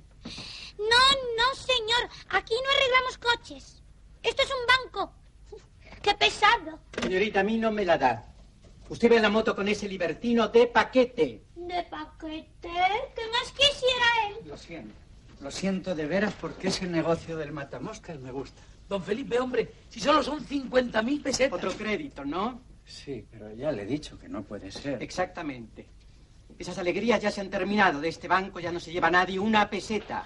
No, no, señor. Aquí no arreglamos coches. Esto es un banco. ¡Qué pesado! Señorita, a mí no me la da. Usted ve la moto con ese libertino de paquete. De paquete. ¿Qué más quisiera él? Lo siento. Lo siento de veras porque ese negocio del matamoscas me gusta. Don Felipe, hombre, si solo son 50.000 pesetas. Otro crédito, ¿no? Sí, pero ya le he dicho que no puede ser. Exactamente. Esas alegrías ya se han terminado. De este banco ya no se lleva nadie una peseta.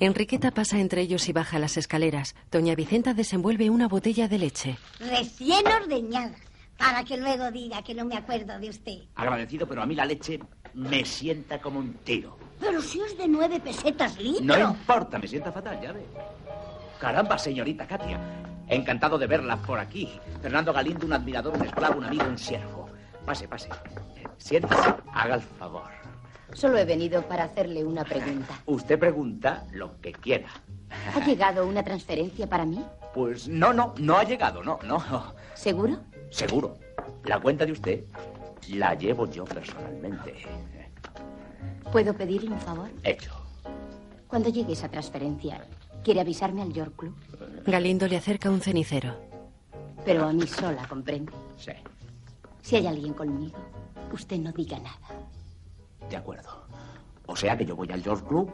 Enriqueta pasa entre ellos y baja las escaleras. Doña Vicenta desenvuelve una botella de leche. Recién ordeñada. Para que luego diga que no me acuerdo de usted. Agradecido, pero a mí la leche me sienta como un tiro. Pero si es de nueve pesetas litro. No importa, me sienta fatal, ya ve. Caramba, señorita Katia. Encantado de verla por aquí. Fernando Galindo, un admirador, un esclavo, un amigo, un siervo. Pase, pase. Siéntese, haga el favor. Solo he venido para hacerle una pregunta. Usted pregunta lo que quiera. ¿Ha llegado una transferencia para mí? Pues no, no, no ha llegado, no, no. ¿Seguro? Seguro. La cuenta de usted la llevo yo personalmente. ¿Puedo pedirle un favor? Hecho. Cuando llegue esa transferencia, ¿quiere avisarme al York Club? Galindo le acerca un cenicero. Pero a mí sola, ¿comprende? Sí. Si hay alguien conmigo, usted no diga nada. De acuerdo. O sea que yo voy al York Club,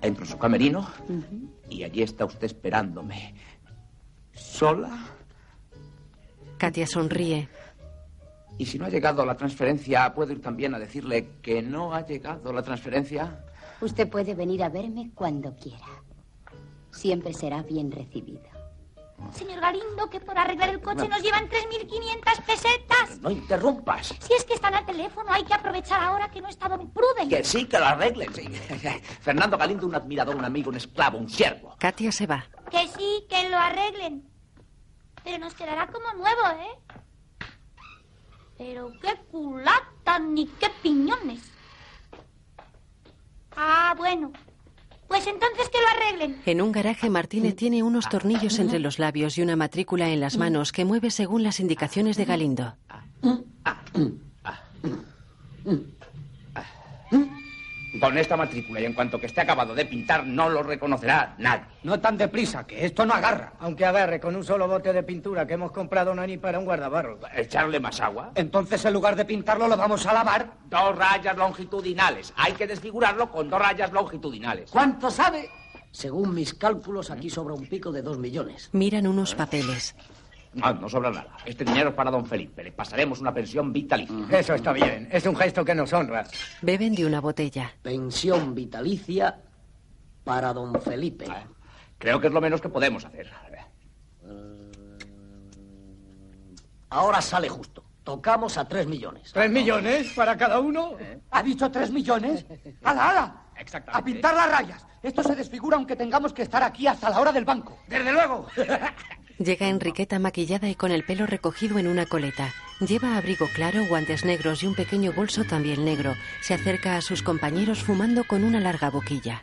entro en su camerino Ujú. y allí está usted esperándome. ¿Sola? Katia sonríe. Y si no ha llegado la transferencia, ¿puedo ir también a decirle que no ha llegado la transferencia? Usted puede venir a verme cuando quiera. Siempre será bien recibido. Señor Galindo, que por arreglar el coche nos llevan 3.500 pesetas. No interrumpas. Si es que están al teléfono, hay que aprovechar ahora que no está Don Pruden. Que sí, que lo arreglen, sí. Fernando Galindo, un admirador, un amigo, un esclavo, un siervo. Katia se va. Que sí, que lo arreglen. Pero nos quedará como nuevo, ¿eh? Pero qué culata ni qué piñones. Ah, bueno. Pues entonces que lo arreglen. En un garaje, Martínez tiene unos tornillos entre los labios y una matrícula en las manos que mueve según las indicaciones de Galindo. Con esta matrícula y en cuanto que esté acabado de pintar, no lo reconocerá nadie. No tan deprisa, que esto no agarra. Aunque agarre con un solo bote de pintura que hemos comprado no hay ni para un guardabarro. ¿Echarle más agua? Entonces, en lugar de pintarlo, lo vamos a lavar. Dos rayas longitudinales. Hay que desfigurarlo con dos rayas longitudinales. ¿Cuánto sabe? Según mis cálculos, aquí sobra un pico de dos millones. Miran unos papeles. No, no sobra nada. Este dinero es para don Felipe. Le pasaremos una pensión vitalicia. Eso está bien. Es un gesto que nos honra. Beben de una botella. Pensión vitalicia para don Felipe. Ah. Creo que es lo menos que podemos hacer. Eh, Ahora sale justo. Tocamos a tres millones. ¿Tres millones para cada uno? ¿Ha dicho tres millones? ¡Ala, ala! Exactamente. A pintar las rayas. Esto se desfigura aunque tengamos que estar aquí hasta la hora del banco. ¡Desde luego! Llega Enriqueta maquillada y con el pelo recogido en una coleta. Lleva abrigo claro, guantes negros y un pequeño bolso también negro. Se acerca a sus compañeros fumando con una larga boquilla.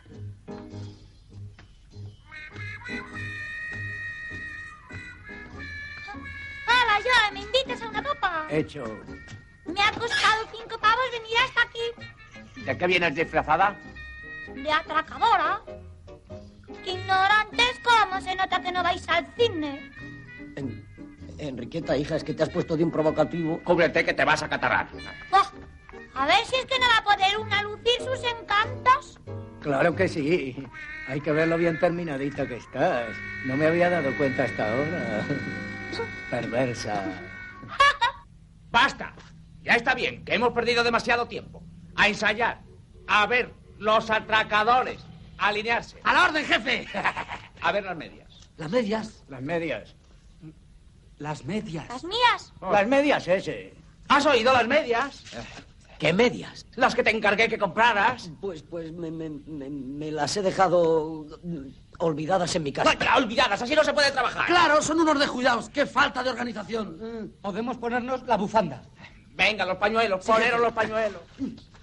Hala, ya, me invitas a una copa. Eh. Hecho. Me ha costado cinco pavos venir hasta aquí. ¿De qué vienes disfrazada? de atracadora. ¡Qué ignorantes! ¿Cómo se nota que no vais al cine? Enriqueta, hija, es que te has puesto de un provocativo. Cúbrete que te vas a catarrar. ¡Buah! Oh, A ver si es que no va a poder una lucir sus encantos. Claro que sí. Hay que ver lo bien terminadita que estás. No me había dado cuenta hasta ahora. Perversa. ¡Basta! Ya está bien, que hemos perdido demasiado tiempo. A ensayar. A ver, los atracadores. A alinearse. ¡A la orden, jefe! A ver las medias. Las medias. Las medias. Oh. Las medias. Las mías. Las medias, ese. Ah, ¿Has oído las medias? ¿Qué medias? Las que te encargué que compraras. Pues, pues me, me- me- me las he dejado mm, olvidadas en mi casa. Vaya, olvidadas, así no se puede trabajar. Claro, son unos descuidados. ¡Qué falta de organización! Mm. Podemos ponernos la bufanda. Venga, los pañuelos, Sí, poneros jefe. los pañuelos.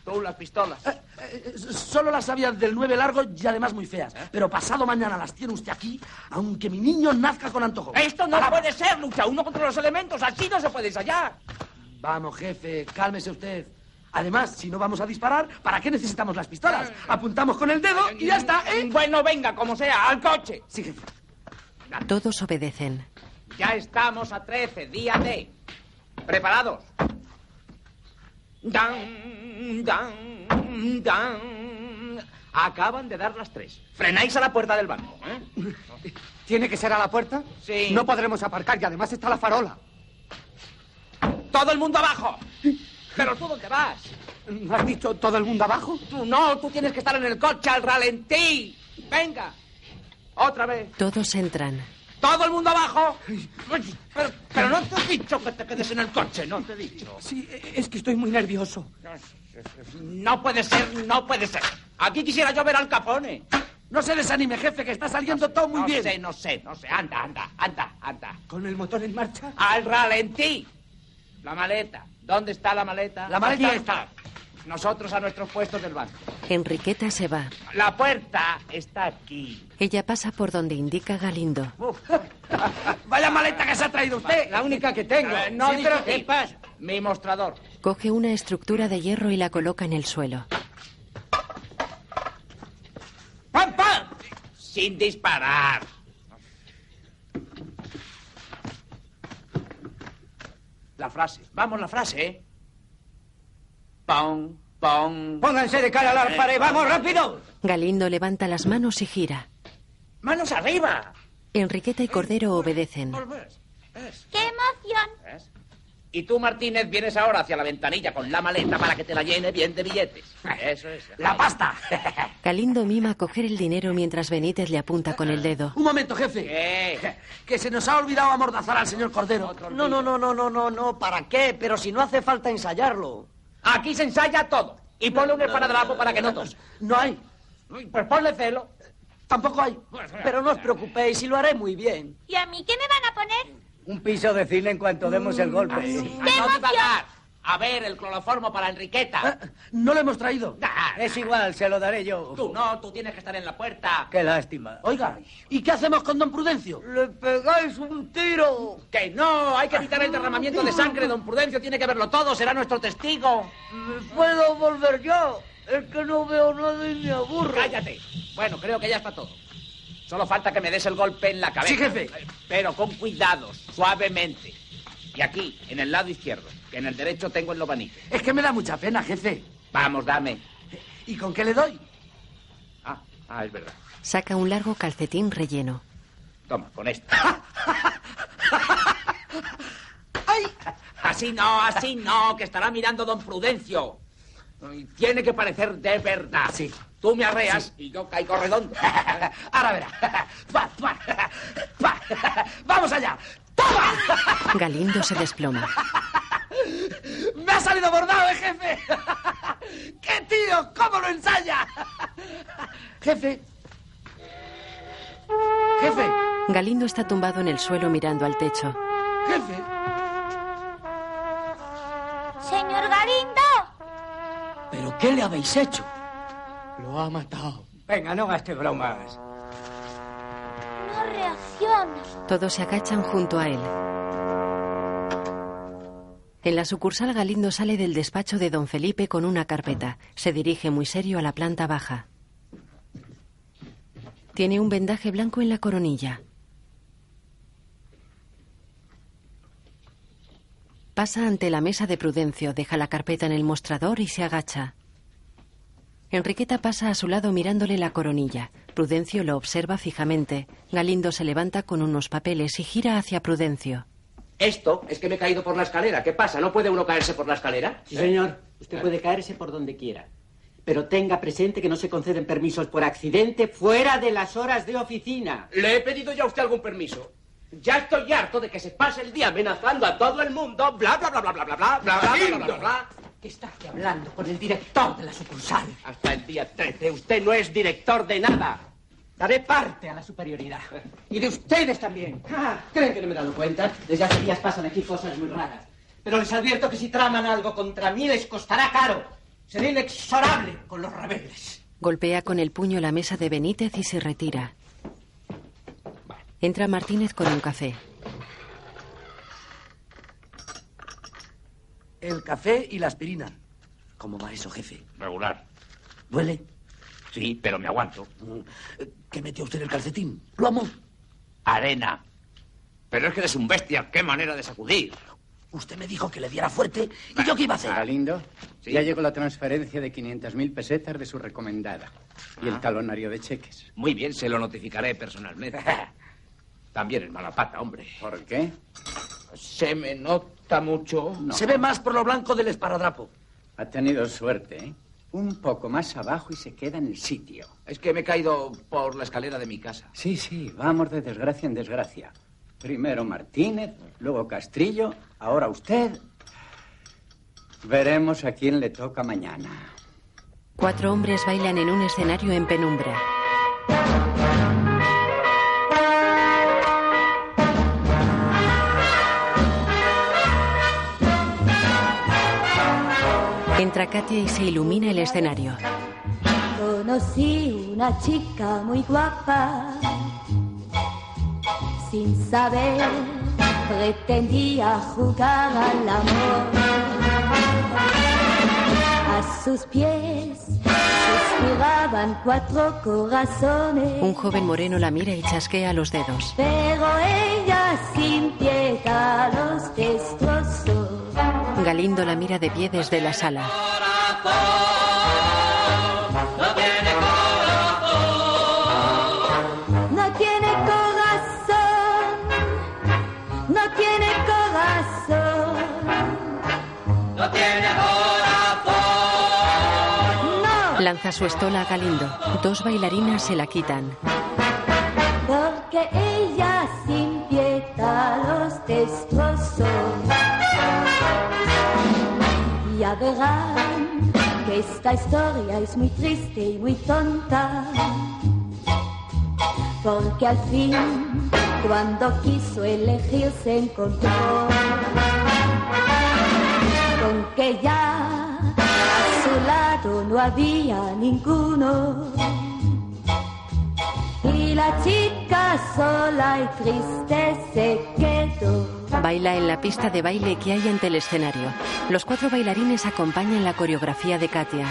Tú, las pistolas. Eh, Solo las había del 9 largo y además muy feas. ¿Eh? Pero pasado mañana las tiene usted aquí, aunque mi niño nazca con antojo. Esto no Palabra. puede ser, lucha uno contra los elementos, así no se puede ensayar. Vamos, jefe, cálmese usted. Además, si no vamos a disparar, ¿para qué necesitamos las pistolas? Apuntamos con el dedo y ya está, ¿eh? Bueno, venga, como sea, al coche. Sí, jefe. Todos obedecen. Ya estamos a 13, día D. ¿Preparados? Dan, dan, dan. Acaban de dar las tres. Frenáis a la puerta del banco. ¿eh? ¿Tiene que ser a la puerta? Sí. No podremos aparcar y además está la farola. ¡Todo el mundo abajo! ¿Pero tú dónde vas? ¿No has dicho todo el mundo abajo? Tú no, tú tienes que estar en el coche al ralentí. Venga. Otra vez. Todos entran. ¡Todo el mundo abajo! Pero, pero no te he dicho que te quedes en el coche, no te he dicho. Sí, eh. es que estoy muy nervioso. No puede ser, no puede ser. Aquí quisiera yo ver al Capone. No se desanime, jefe, que está saliendo todo muy no bien. sé, no sé, no sé. Anda, anda, anda, anda. ¿Con el motor en marcha? Al ralentí. La maleta. ¿Dónde está la maleta? La maleta Aquí está. Nosotros a nuestros puestos del banco. Enriqueta se va. La puerta está aquí. Ella pasa por donde indica Galindo. Vaya maleta que se ha traído usted. La única que tengo. Eh, no, Sí, pero discutir. ¿qué pasa? Mi mostrador. Coge una estructura de hierro y la coloca en el suelo. ¡Pam, pam! Sin disparar. La frase. Vamos, la frase, ¿eh? Pon, pon. Eh, Pónganse de cara a la pared, vamos, rápido. Galindo levanta las manos y gira. ¡Manos arriba! Enriqueta y Cordero obedecen. ¡Qué emoción! ¿Ves? Y tú, Martínez, vienes ahora hacia la ventanilla con la maleta para que te la llene bien de billetes. Eh, Eso es. La pasta. Galindo mima coger el dinero mientras Benítez le apunta con el dedo. Un momento, jefe. Que se nos ha olvidado amordazar al señor Cordero. No, no, no, no, no, no, no, ¿para qué? Pero si no hace falta ensayarlo. Aquí se ensaya todo. Y ponle un esparadrapo para que no tos. No hay. Pues ponle celo. Tampoco hay. Pero no os preocupéis, y lo haré muy bien. ¿Y a mí qué me van a poner? Un piso de cine en cuanto demos el Mm, golpe. No te va a dar. A ver, el cloroformo para Ah, Enriqueta. No lo hemos traído. Ah, Es igual, se lo daré yo. Tú no, tú tienes que estar en la puerta. Qué lástima. Oiga, ¿y qué hacemos con don Prudencio? ¡Le pegáis un tiro! Que no, hay que evitar el derramamiento de sangre. Don Prudencio tiene que verlo todo, será nuestro testigo. ¿Me puedo volver yo? Es que no veo nada y me aburro. Cállate. Bueno, creo que ya está todo. Solo falta que me des el golpe en la cabeza. Sí, jefe. Eh, Pero con cuidado, suavemente. Y aquí, en el lado izquierdo, que en el derecho tengo el lobanique. Es que me da mucha pena, jefe. Vamos, dame. ¿Y con qué le doy? Ah, ah, es verdad. Saca un largo calcetín relleno. Toma, con esto. Así no, así no, que estará mirando don Prudencio. Y Tiene que parecer de verdad. Sí. Tú me arreas y yo caigo redondo. Ahora verá. Fua, fua, fua. ¡Vamos allá! ¡Toma! Galindo se desploma. ¡Me ha salido bordado, eh, jefe! ¡Qué tío! ¿Cómo lo ensaya? Jefe. Jefe. Galindo está tumbado en el suelo mirando al techo. Jefe. Señor Galindo, ¿Pero qué le habéis hecho? Lo ha matado. Venga, no este gaste bromas. no reacciona. Todos se agachan junto a él. En la sucursal Galindo sale del despacho de don Felipe con una carpeta. Se dirige muy serio a la planta baja. Tiene un vendaje blanco en la coronilla. Pasa ante la mesa de Prudencio, deja la carpeta en el mostrador y se agacha. Enriqueta pasa a su lado mirándole la coronilla. Prudencio lo observa fijamente. Galindo se levanta con unos papeles y gira hacia Prudencio. Esto es que me he caído por la escalera. ¿Qué pasa? ¿No puede uno caerse por la escalera? Sí, señor. Usted puede caerse por donde quiera. Pero tenga presente que no se conceden permisos por accidente fuera de las horas de oficina. Le he pedido ya a usted algún permiso. Ya estoy harto de que se pase el día amenazando a todo el mundo. Bla, bla, bla, bla, bla, bla, bla, bla, bla, bla, bla, bla, bla. ¿Qué estás hablando con el director de la sucursal? Hasta el día 13. Usted no es director de nada. Daré parte a la superioridad. Y de ustedes también. Ah, ¿Creen que no me he dado cuenta? Desde hace días pasan aquí cosas muy raras. Pero les advierto que si traman algo contra mí les costará caro. Seré inexorable con los rebeldes. Golpea con el puño la mesa de Benítez y se retira. Entra Martínez con un café. El café y la aspirina. ¿Cómo va eso, jefe? Regular. ¿Duele? Mm, Sí, pero me aguanto. ¿Qué metió usted en el calcetín? ¿Lo amo? Arena. Pero es que eres un bestia. Qué manera de sacudir. Usted me dijo que le diera fuerte. ¿Y yo qué iba a hacer? Galindo, Ah, ya llegó la transferencia de 500.000 pesetas de su recomendada. Y el talonario de cheques. Ah. Muy bien, se lo notificaré personalmente. También es mala pata, hombre. ¿Por qué? Se me nota mucho. Se ve más por lo blanco del esparadrapo. Ha tenido suerte, ¿eh? Un poco más abajo y se queda en el sitio. Es que me he caído por la escalera de mi casa. Sí, sí, vamos de desgracia en desgracia. Primero Martínez, luego Castrillo, ahora usted. Veremos a quién le toca mañana. Cuatro hombres bailan en un escenario en penumbra. Entra Katia y se ilumina el escenario. Conocí una chica muy guapa, sin saber, pretendía jugar al amor. A sus pies suspiraban cuatro corazones, Un joven moreno la mira y chasquea los dedos. pero ella sin piedad los destrozó. Galindo la mira de pie desde la sala. No tiene corazón, no tiene corazón, No tiene corazón. Lanza su estola a Galindo. Dos bailarinas se la quitan. porque ella sin piedad los destrozó. Ya verán que esta historia es muy triste y muy tonta, porque al fin, cuando quiso elegir, se encontró con que ya a su lado no había ninguno. Y la chica sola y triste se quedó. Baila en la pista de baile que hay ante el escenario. Los cuatro bailarines acompañan la coreografía de Katia.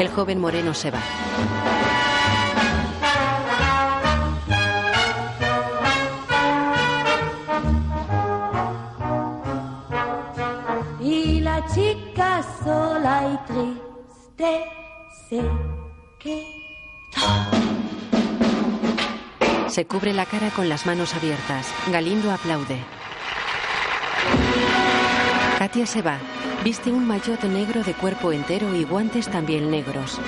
El joven moreno se va. Y la chica sola y triste se quedó. Se cubre la cara con las manos abiertas. Galindo aplaude. Katia se va. Viste un maillot negro de cuerpo entero y guantes también negros.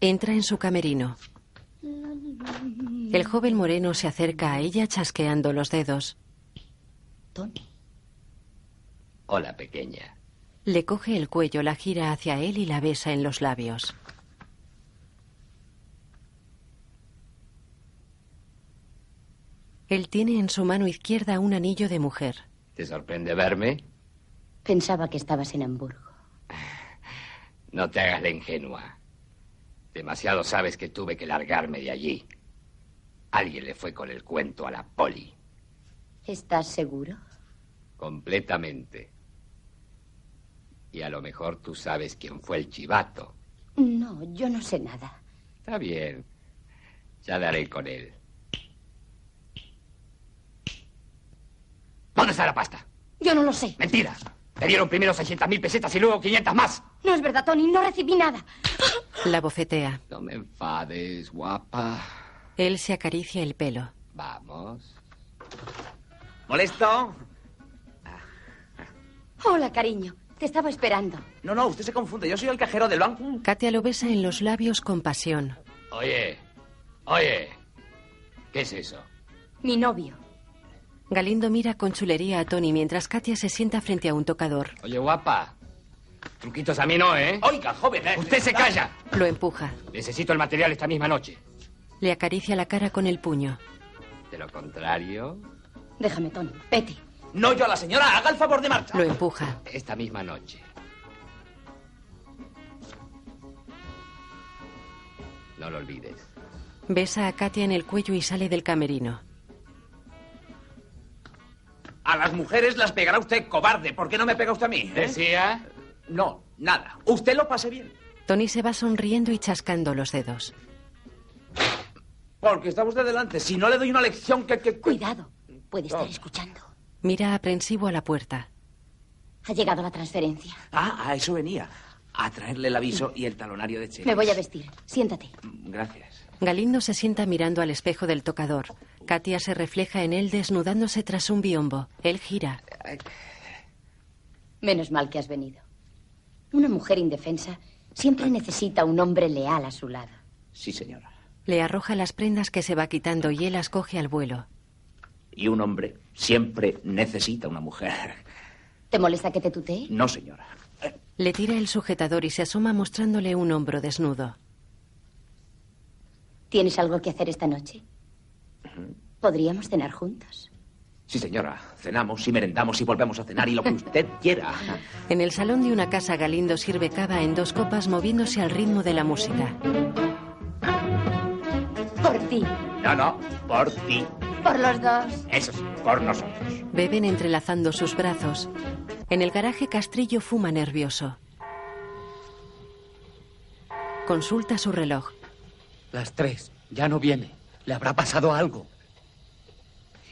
Entra en su camerino. El joven moreno se acerca a ella chasqueando los dedos. Hola, pequeña. Le coge el cuello, la gira hacia él y la besa en los labios. Él tiene en su mano izquierda un anillo de mujer. ¿Te sorprende verme? Pensaba que estabas en Hamburgo. No te hagas la ingenua. Demasiado sabes que tuve que largarme de allí. Alguien le fue con el cuento a la poli. ¿Estás seguro? Completamente. Y a lo mejor tú sabes quién fue el chivato. No, yo no sé nada. Está bien. Ya daré con él. ¿Dónde está la pasta? Yo no lo sé. Mentira. Me dieron primero 600.000 pesetas y luego 500 más. No es verdad, Tony, no recibí nada. La bofetea. No me enfades, guapa. Él se acaricia el pelo. Vamos. ¿Molesto? Hola, cariño. Te estaba esperando. No, no, usted se confunde. Yo soy el cajero del banco. Katia lo besa en los labios con pasión. Oye, oye. ¿Qué es eso? Mi novio. Galindo mira con chulería a Tony mientras Katia se sienta frente a un tocador. Oye, guapa. Truquitos a mí no, ¿eh? Oiga, joven, ¿eh? Usted se calla. Lo empuja. Necesito el material esta misma noche. Le acaricia la cara con el puño. De lo contrario, Déjame, Tony. Vete. No, yo a la señora. Haga el favor de marcha. Lo empuja. esta misma noche. No lo olvides. Besa a Katia en el cuello y sale del camerino. A las mujeres las pegará usted, cobarde. ¿Por qué no me pega usted a mí? eh? ¿Decía? No, nada. Usted lo pase bien. Tony se va sonriendo y chascando los dedos. Porque está usted delante. Si no le doy una lección que... que... Cuidado. Puede estar escuchando. Mira aprensivo a la puerta. Ha llegado la transferencia. Ah, a eso venía. A traerle el aviso y el talonario de Che. Me voy a vestir. Siéntate. Gracias. Galindo se sienta mirando al espejo del tocador. Katia se refleja en él desnudándose tras un biombo. Él gira. Menos mal que has venido. Una mujer indefensa siempre necesita un hombre leal a su lado. Sí, señora. Le arroja las prendas que se va quitando y él las coge al vuelo. Y un hombre siempre necesita una mujer. ¿Te molesta que te tutee? No, señora. Le tira el sujetador y se asoma mostrándole un hombro desnudo. ¿Tienes algo que hacer esta noche? Podríamos cenar juntos. Sí, señora. Cenamos y merendamos y volvemos a cenar y lo que usted quiera. En el salón de una casa, Galindo sirve cava en dos copas moviéndose al ritmo de la música. Por ti, No, no. Por ti. por los dos. Eso sí, por nosotros. Beben entrelazando sus brazos. En el garaje, Castrillo fuma nervioso. Consulta su reloj. Las tres. Ya no viene. Le habrá pasado algo.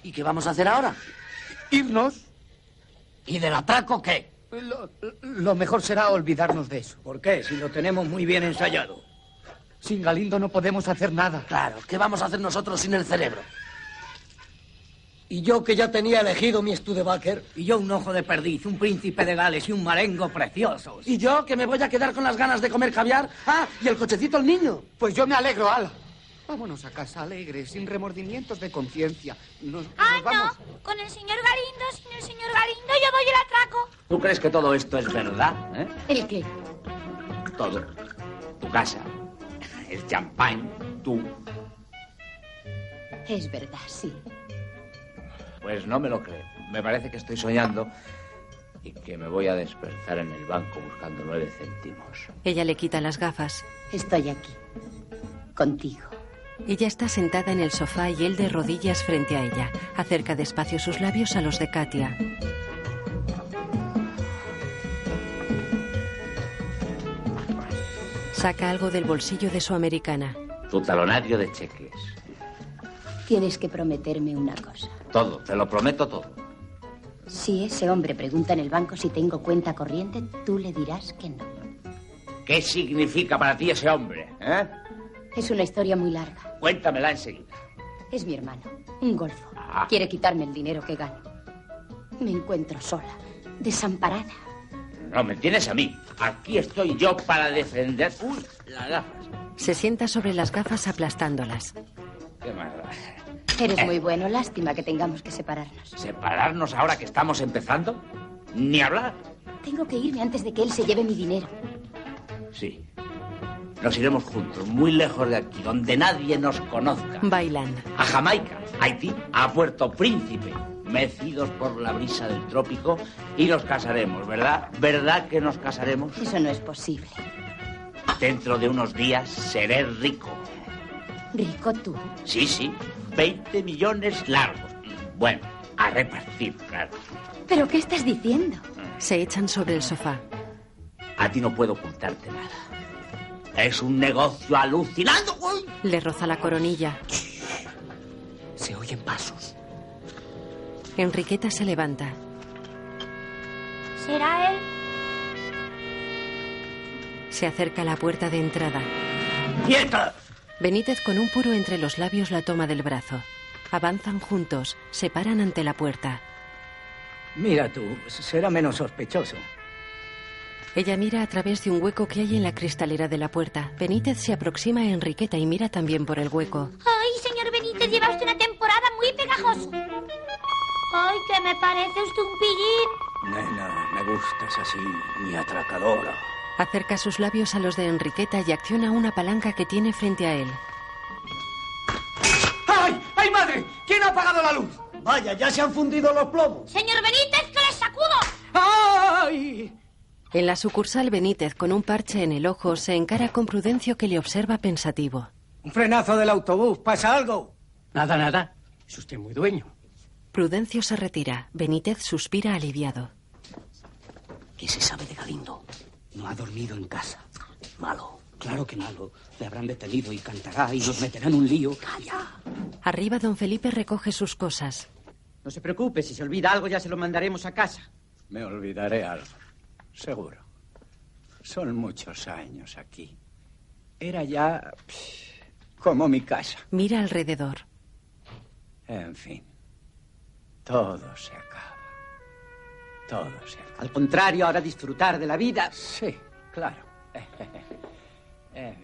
¿Y qué vamos a hacer ahora? Irnos. ¿Y del atraco qué? Lo, lo mejor será olvidarnos de eso. ¿Por qué? Si lo tenemos muy bien ensayado. Sin Galindo no podemos hacer nada. Claro, ¿qué vamos a hacer nosotros sin el cerebro? Y yo que ya tenía elegido mi Studebaker. Y yo un ojo de perdiz, un príncipe de Gales y un marengo preciosos. Y yo que me voy a quedar con las ganas de comer caviar. Ah, y el cochecito al niño. Pues yo me alegro, Al. Vámonos a casa alegres, sin remordimientos de conciencia. Nos, nos Ah, vamos. no. Con el señor Galindo, sin el señor Galindo, yo doy el atraco. ¿Tú crees que todo esto es verdad? eh? ¿El qué? Todo. Tu casa, el champán, tú. Es verdad, sí. Pues no me lo creo. Me parece que estoy soñando y que me voy a despertar en el banco buscando nueve céntimos. Ella le quita las gafas. Estoy aquí. Contigo. Ella está sentada en el sofá y él de rodillas frente a ella. Acerca despacio sus labios a los de Katia. Saca algo del bolsillo de su americana. Tu talonario de cheques. Tienes que prometerme una cosa. Todo, te lo prometo todo. Si ese hombre pregunta en el banco si tengo cuenta corriente, tú le dirás que no. ¿Qué significa para ti ese hombre? ¿Eh? Es una historia muy larga. Cuéntamela enseguida. Es mi hermano, un golfo. Quiere quitarme el dinero que gano. Me encuentro sola, desamparada. No, me tienes a mí. Aquí estoy yo para defender. Uy, las gafas. Se sienta sobre las gafas aplastándolas. Qué maldad. Eres muy bueno, lástima que tengamos que separarnos. ¿Separarnos ahora que estamos empezando? Ni hablar. Tengo que irme antes de que él se lleve mi dinero. Sí. Nos iremos juntos, muy lejos de aquí, donde nadie nos conozca. Bailan. A Jamaica, Haití, a Puerto Príncipe, mecidos por la brisa del trópico, y nos casaremos, ¿verdad? ¿Verdad que nos casaremos? Eso no es posible. Dentro de unos días seré rico. Rico tú. Sí, sí. 20 millones largos. Bueno, a repartir, claro. ¿Pero qué estás diciendo? Se echan sobre el sofá. A ti no puedo ocultarte nada. Es un negocio alucinante. ¡Uy! Le roza la coronilla. Se oyen pasos. Enriqueta se levanta. ¿Será él? Se acerca a la puerta de entrada. ¡Quieta! Benítez con un puro entre los labios la toma del brazo. Avanzan juntos, se paran ante la puerta. Mira tú, será menos sospechoso. Ella mira a través de un hueco que hay en la cristalera de la puerta. Benítez se aproxima a Enriqueta y mira también por el hueco. Ay, señor Benítez, lleva usted una temporada muy pegajoso. Ay, que me parece usted un pillín. Nena, me gustas así, mi atracadora. Acerca sus labios a los de Enriqueta y acciona una palanca que tiene frente a él. ¡Ay! ¡Ay, madre! ¿Quién ha apagado la luz? Vaya, ya se han fundido los plomos. Señor Benítez, que le sacudo. ¡Ay! En la sucursal Benítez, con un parche en el ojo, se encara con Prudencio que le observa pensativo. Un frenazo del autobús, ¿pasa algo? Nada, nada. Es usted muy dueño. Prudencio se retira. Benítez suspira aliviado. ¿Qué se sabe de Galindo? No ha dormido en casa. Malo. Claro que malo. Le habrán detenido y cantará y nos meterán un lío. Calla. Arriba, don Felipe recoge sus cosas. No se preocupe, si se olvida algo ya se lo mandaremos a casa. Me olvidaré algo. Seguro. Son muchos años aquí. Era ya pff, como mi casa. Mira alrededor. En fin. Todo se acaba. Todo se acaba. Al contrario, ahora disfrutar de la vida. Sí, claro. Eh,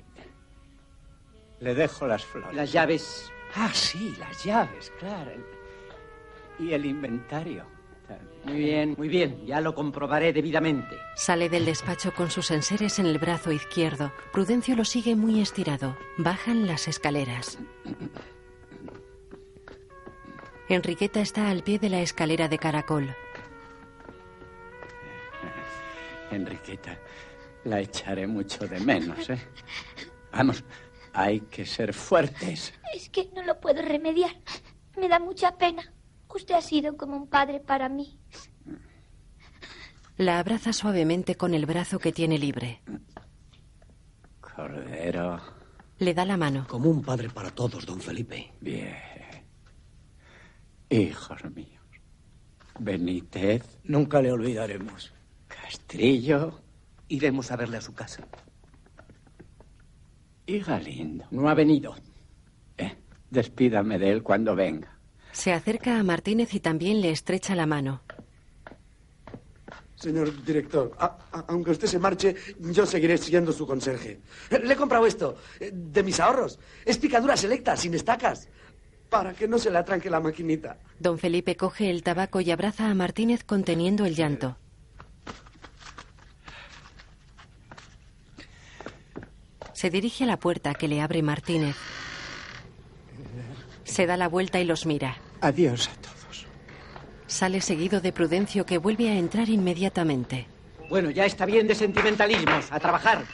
le dejo las flores. Las llaves. Ah, sí, las llaves, claro. Y el inventario. Muy bien, muy bien. Ya lo comprobaré debidamente. Sale del despacho con sus enseres en el brazo izquierdo. Prudencio lo sigue muy estirado. Bajan las escaleras. Enriqueta está al pie de la escalera de caracol. Enriqueta, la echaré mucho de menos, ¿eh? Vamos, hay que ser fuertes. Es que no lo puedo remediar. Me da mucha pena. Usted ha sido como un padre para mí. La abraza suavemente con el brazo que tiene libre. Cordero, Le da la mano. Como un padre para todos, don Felipe. bien. Hijos míos. Benítez, Nunca le olvidaremos. Trillo Iremos a verle a su casa. y Galindo. No ha venido. Despídame de él cuando venga. Se acerca a Martínez y también le estrecha la mano. Señor director, a- a- aunque usted se marche, yo seguiré siendo su conserje. Le he comprado esto, eh, de mis ahorros. Es picadura selecta, sin estacas, para que no se le atranque la maquinita. Don Felipe coge el tabaco y abraza a Martínez conteniendo el llanto. Se dirige a la puerta que le abre Martínez. Se da la vuelta y los mira. Adiós. Sale seguido de Prudencio que vuelve a entrar inmediatamente. Bueno, ya está bien de sentimentalismos. A trabajar.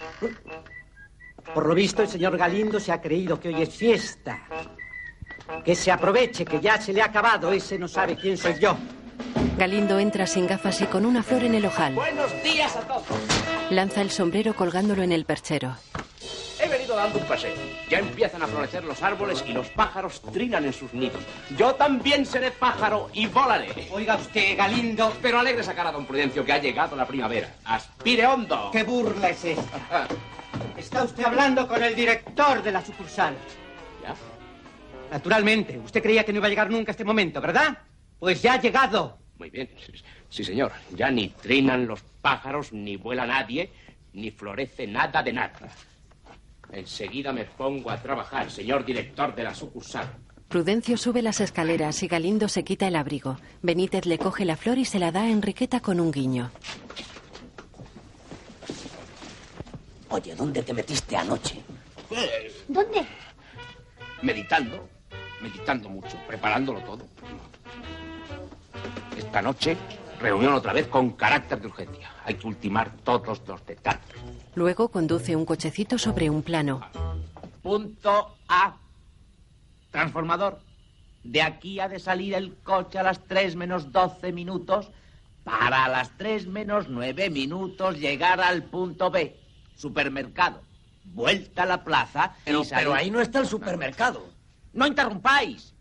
Por lo visto, el señor Galindo se ha creído que hoy es fiesta. Que se aproveche, que ya se le ha acabado. Ese no sabe quién soy yo. Galindo entra sin gafas y con una flor en el ojal. Buenos días a todos. Lanza el sombrero colgándolo en el perchero. He venido dando un paseo. Ya empiezan a florecer los árboles y los pájaros trinan en sus nidos. Yo también seré pájaro y volaré. Oiga usted, Galindo. Pero alegre sacar a don Prudencio que ha llegado la primavera. Aspire hondo. Ah, ¿Qué burla es esta? Está usted hablando con el director de la sucursal. ¿Ya? Naturalmente, usted creía que no iba a llegar nunca este momento, ¿verdad? Pues ya ha llegado. Muy bien. Sí, señor. Ya ni trinan los pájaros, ni vuela nadie, ni florece nada de nada. Enseguida me pongo a trabajar, señor director de la sucursal. Prudencio sube las escaleras y Galindo se quita el abrigo. Benítez le coge la flor y se la da a Enriqueta con un guiño. Oye, ¿dónde te metiste anoche? ¿Dónde? Meditando, meditando mucho, preparándolo todo. Esta noche, reunión otra vez con carácter de urgencia. Hay que ultimar todos los detalles. Luego conduce un cochecito sobre un plano. Punto A. Transformador. De aquí ha de salir el coche a las 3 menos 12 minutos para a las 3 menos 9 minutos llegar al punto B, supermercado. Vuelta a la plaza. y Pero, salir- pero ahí no está el supermercado. ¡No interrumpáis!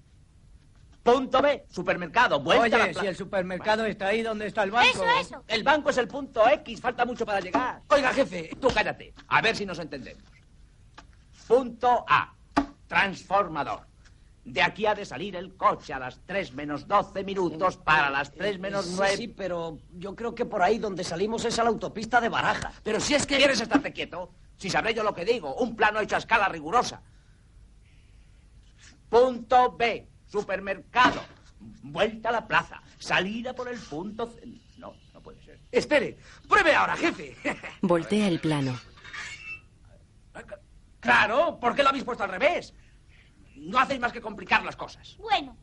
Punto B, supermercado, vuelta a la Oye, plaza. si el supermercado está ahí, ¿dónde está el banco? El banco es el punto X, falta mucho para llegar. Oiga, jefe, tú cállate, a ver si nos entendemos. Punto A, transformador. De aquí ha de salir el coche a las 3 menos 12 minutos para las 3 menos Sí, 9. Sí, pero yo creo que por ahí donde salimos es a la autopista de Baraja. Pero si es que... ¿Quieres estarte quieto? Si sabré yo lo que digo, un plano hecho a escala rigurosa. Punto B, supermercado. Vuelta a la plaza, salida por el punto... C. No, no puede ser. Espere, pruebe ahora, jefe. Voltea el plano. Claro, ¿por qué lo habéis puesto al revés? No hacéis más que complicar las cosas. Bueno,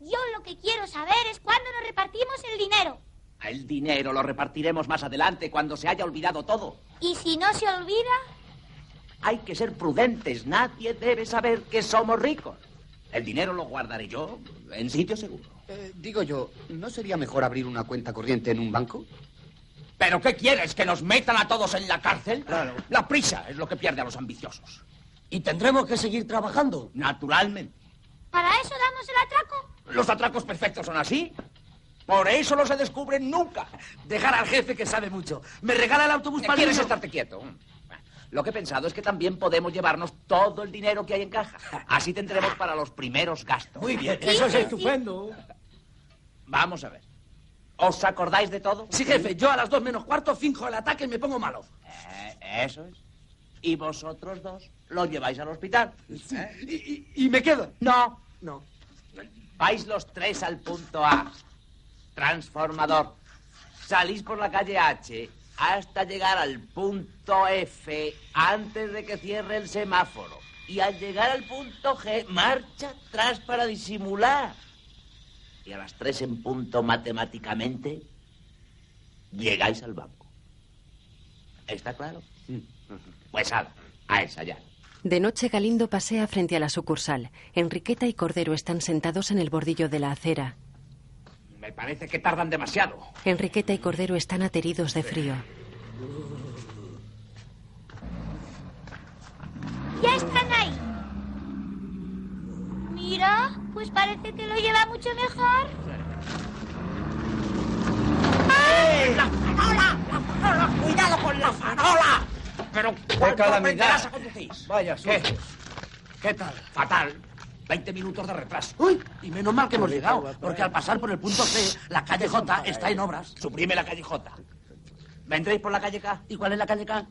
yo lo que quiero saber es cuándo nos repartimos el dinero. El dinero lo repartiremos más adelante cuando se haya olvidado todo. Y si no se olvida, Hay que ser prudentes. Nadie debe saber que somos ricos. El dinero lo guardaré yo en sitio seguro. Eh, digo yo, ¿no sería mejor abrir una cuenta corriente en un banco? ¿Pero qué quieres? ¿Que nos metan a todos en la cárcel? Claro. La prisa es lo que pierde a los ambiciosos. ¿Y tendremos que seguir trabajando? Naturalmente. ¿para eso damos el atraco? Los atracos perfectos son así. Por eso no se descubren nunca. Dejar al jefe que sabe mucho. Me regala el autobús para ¿Quieres estarte quieto? Lo que he pensado es que también podemos llevarnos todo el dinero que hay en caja. Así tendremos para los primeros gastos. Muy bien, eso es estupendo. Vamos a ver. ¿Os acordáis de todo? Sí, jefe, yo a las dos menos cuarto finjo el ataque y me pongo malo. Eh, eso es. Y vosotros dos lo lleváis al hospital. ¿eh? ¿Y me quedo? No. No. Vais los tres al punto A. Transformador. Salís por la calle H hasta llegar al punto F antes de que cierre el semáforo. Y al llegar al punto G, marcha atrás para disimular. Y a las tres en punto matemáticamente, llegáis al banco. ¿Está claro? Pues ala, a ensayar. De noche Galindo pasea frente a la sucursal. Enriqueta y Cordero están sentados en el bordillo de la acera. Me parece que tardan demasiado. Enriqueta y Cordero están ateridos de frío. Ya están ahí. Mira, pues parece que lo lleva mucho mejor. ¡La farola! ¡La farola! ¡Cuidado con la farola! Pero ¡Qué aprenderás a calamidad! conducir? Vaya ¿Qué? susto. ¿Qué tal? Fatal. 20 minutos de retraso. Uy, y menos mal que hemos llegado, porque al pasar por el punto C, la calle J está en obras. Suprime la calle J. ¿Vendréis por la calle K? ¿Y cuál es la calle K?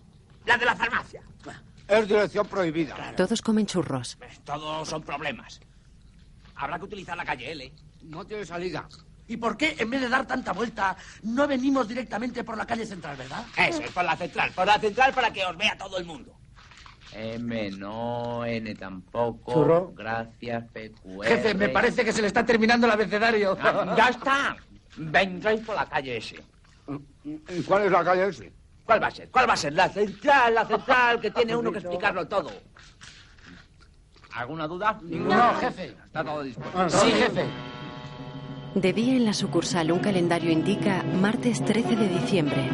La de la farmacia. Es dirección prohibida. Todos comen churros. Todos son problemas. Habrá que utilizar la calle L. No tiene salida. ¿Y por qué, en vez de dar tanta vuelta, no venimos directamente por la calle central, verdad? Eso, es por la central. Por la central para que os vea todo el mundo. M no, N tampoco. Churro. Gracias, PQR. Jefe, me parece que se le está terminando el abecedario. Ah, Pues, ya está. Vendréis por la calle S. ¿Y cuál es la calle ese? ¿Cuál va a ser? ¿Cuál va a ser? La central, la central, que tiene uno que explicarlo todo. ¿Alguna duda? No, Ah, jefe. Está todo dispuesto. Sí, jefe. De día en la sucursal un calendario indica martes 13 de diciembre.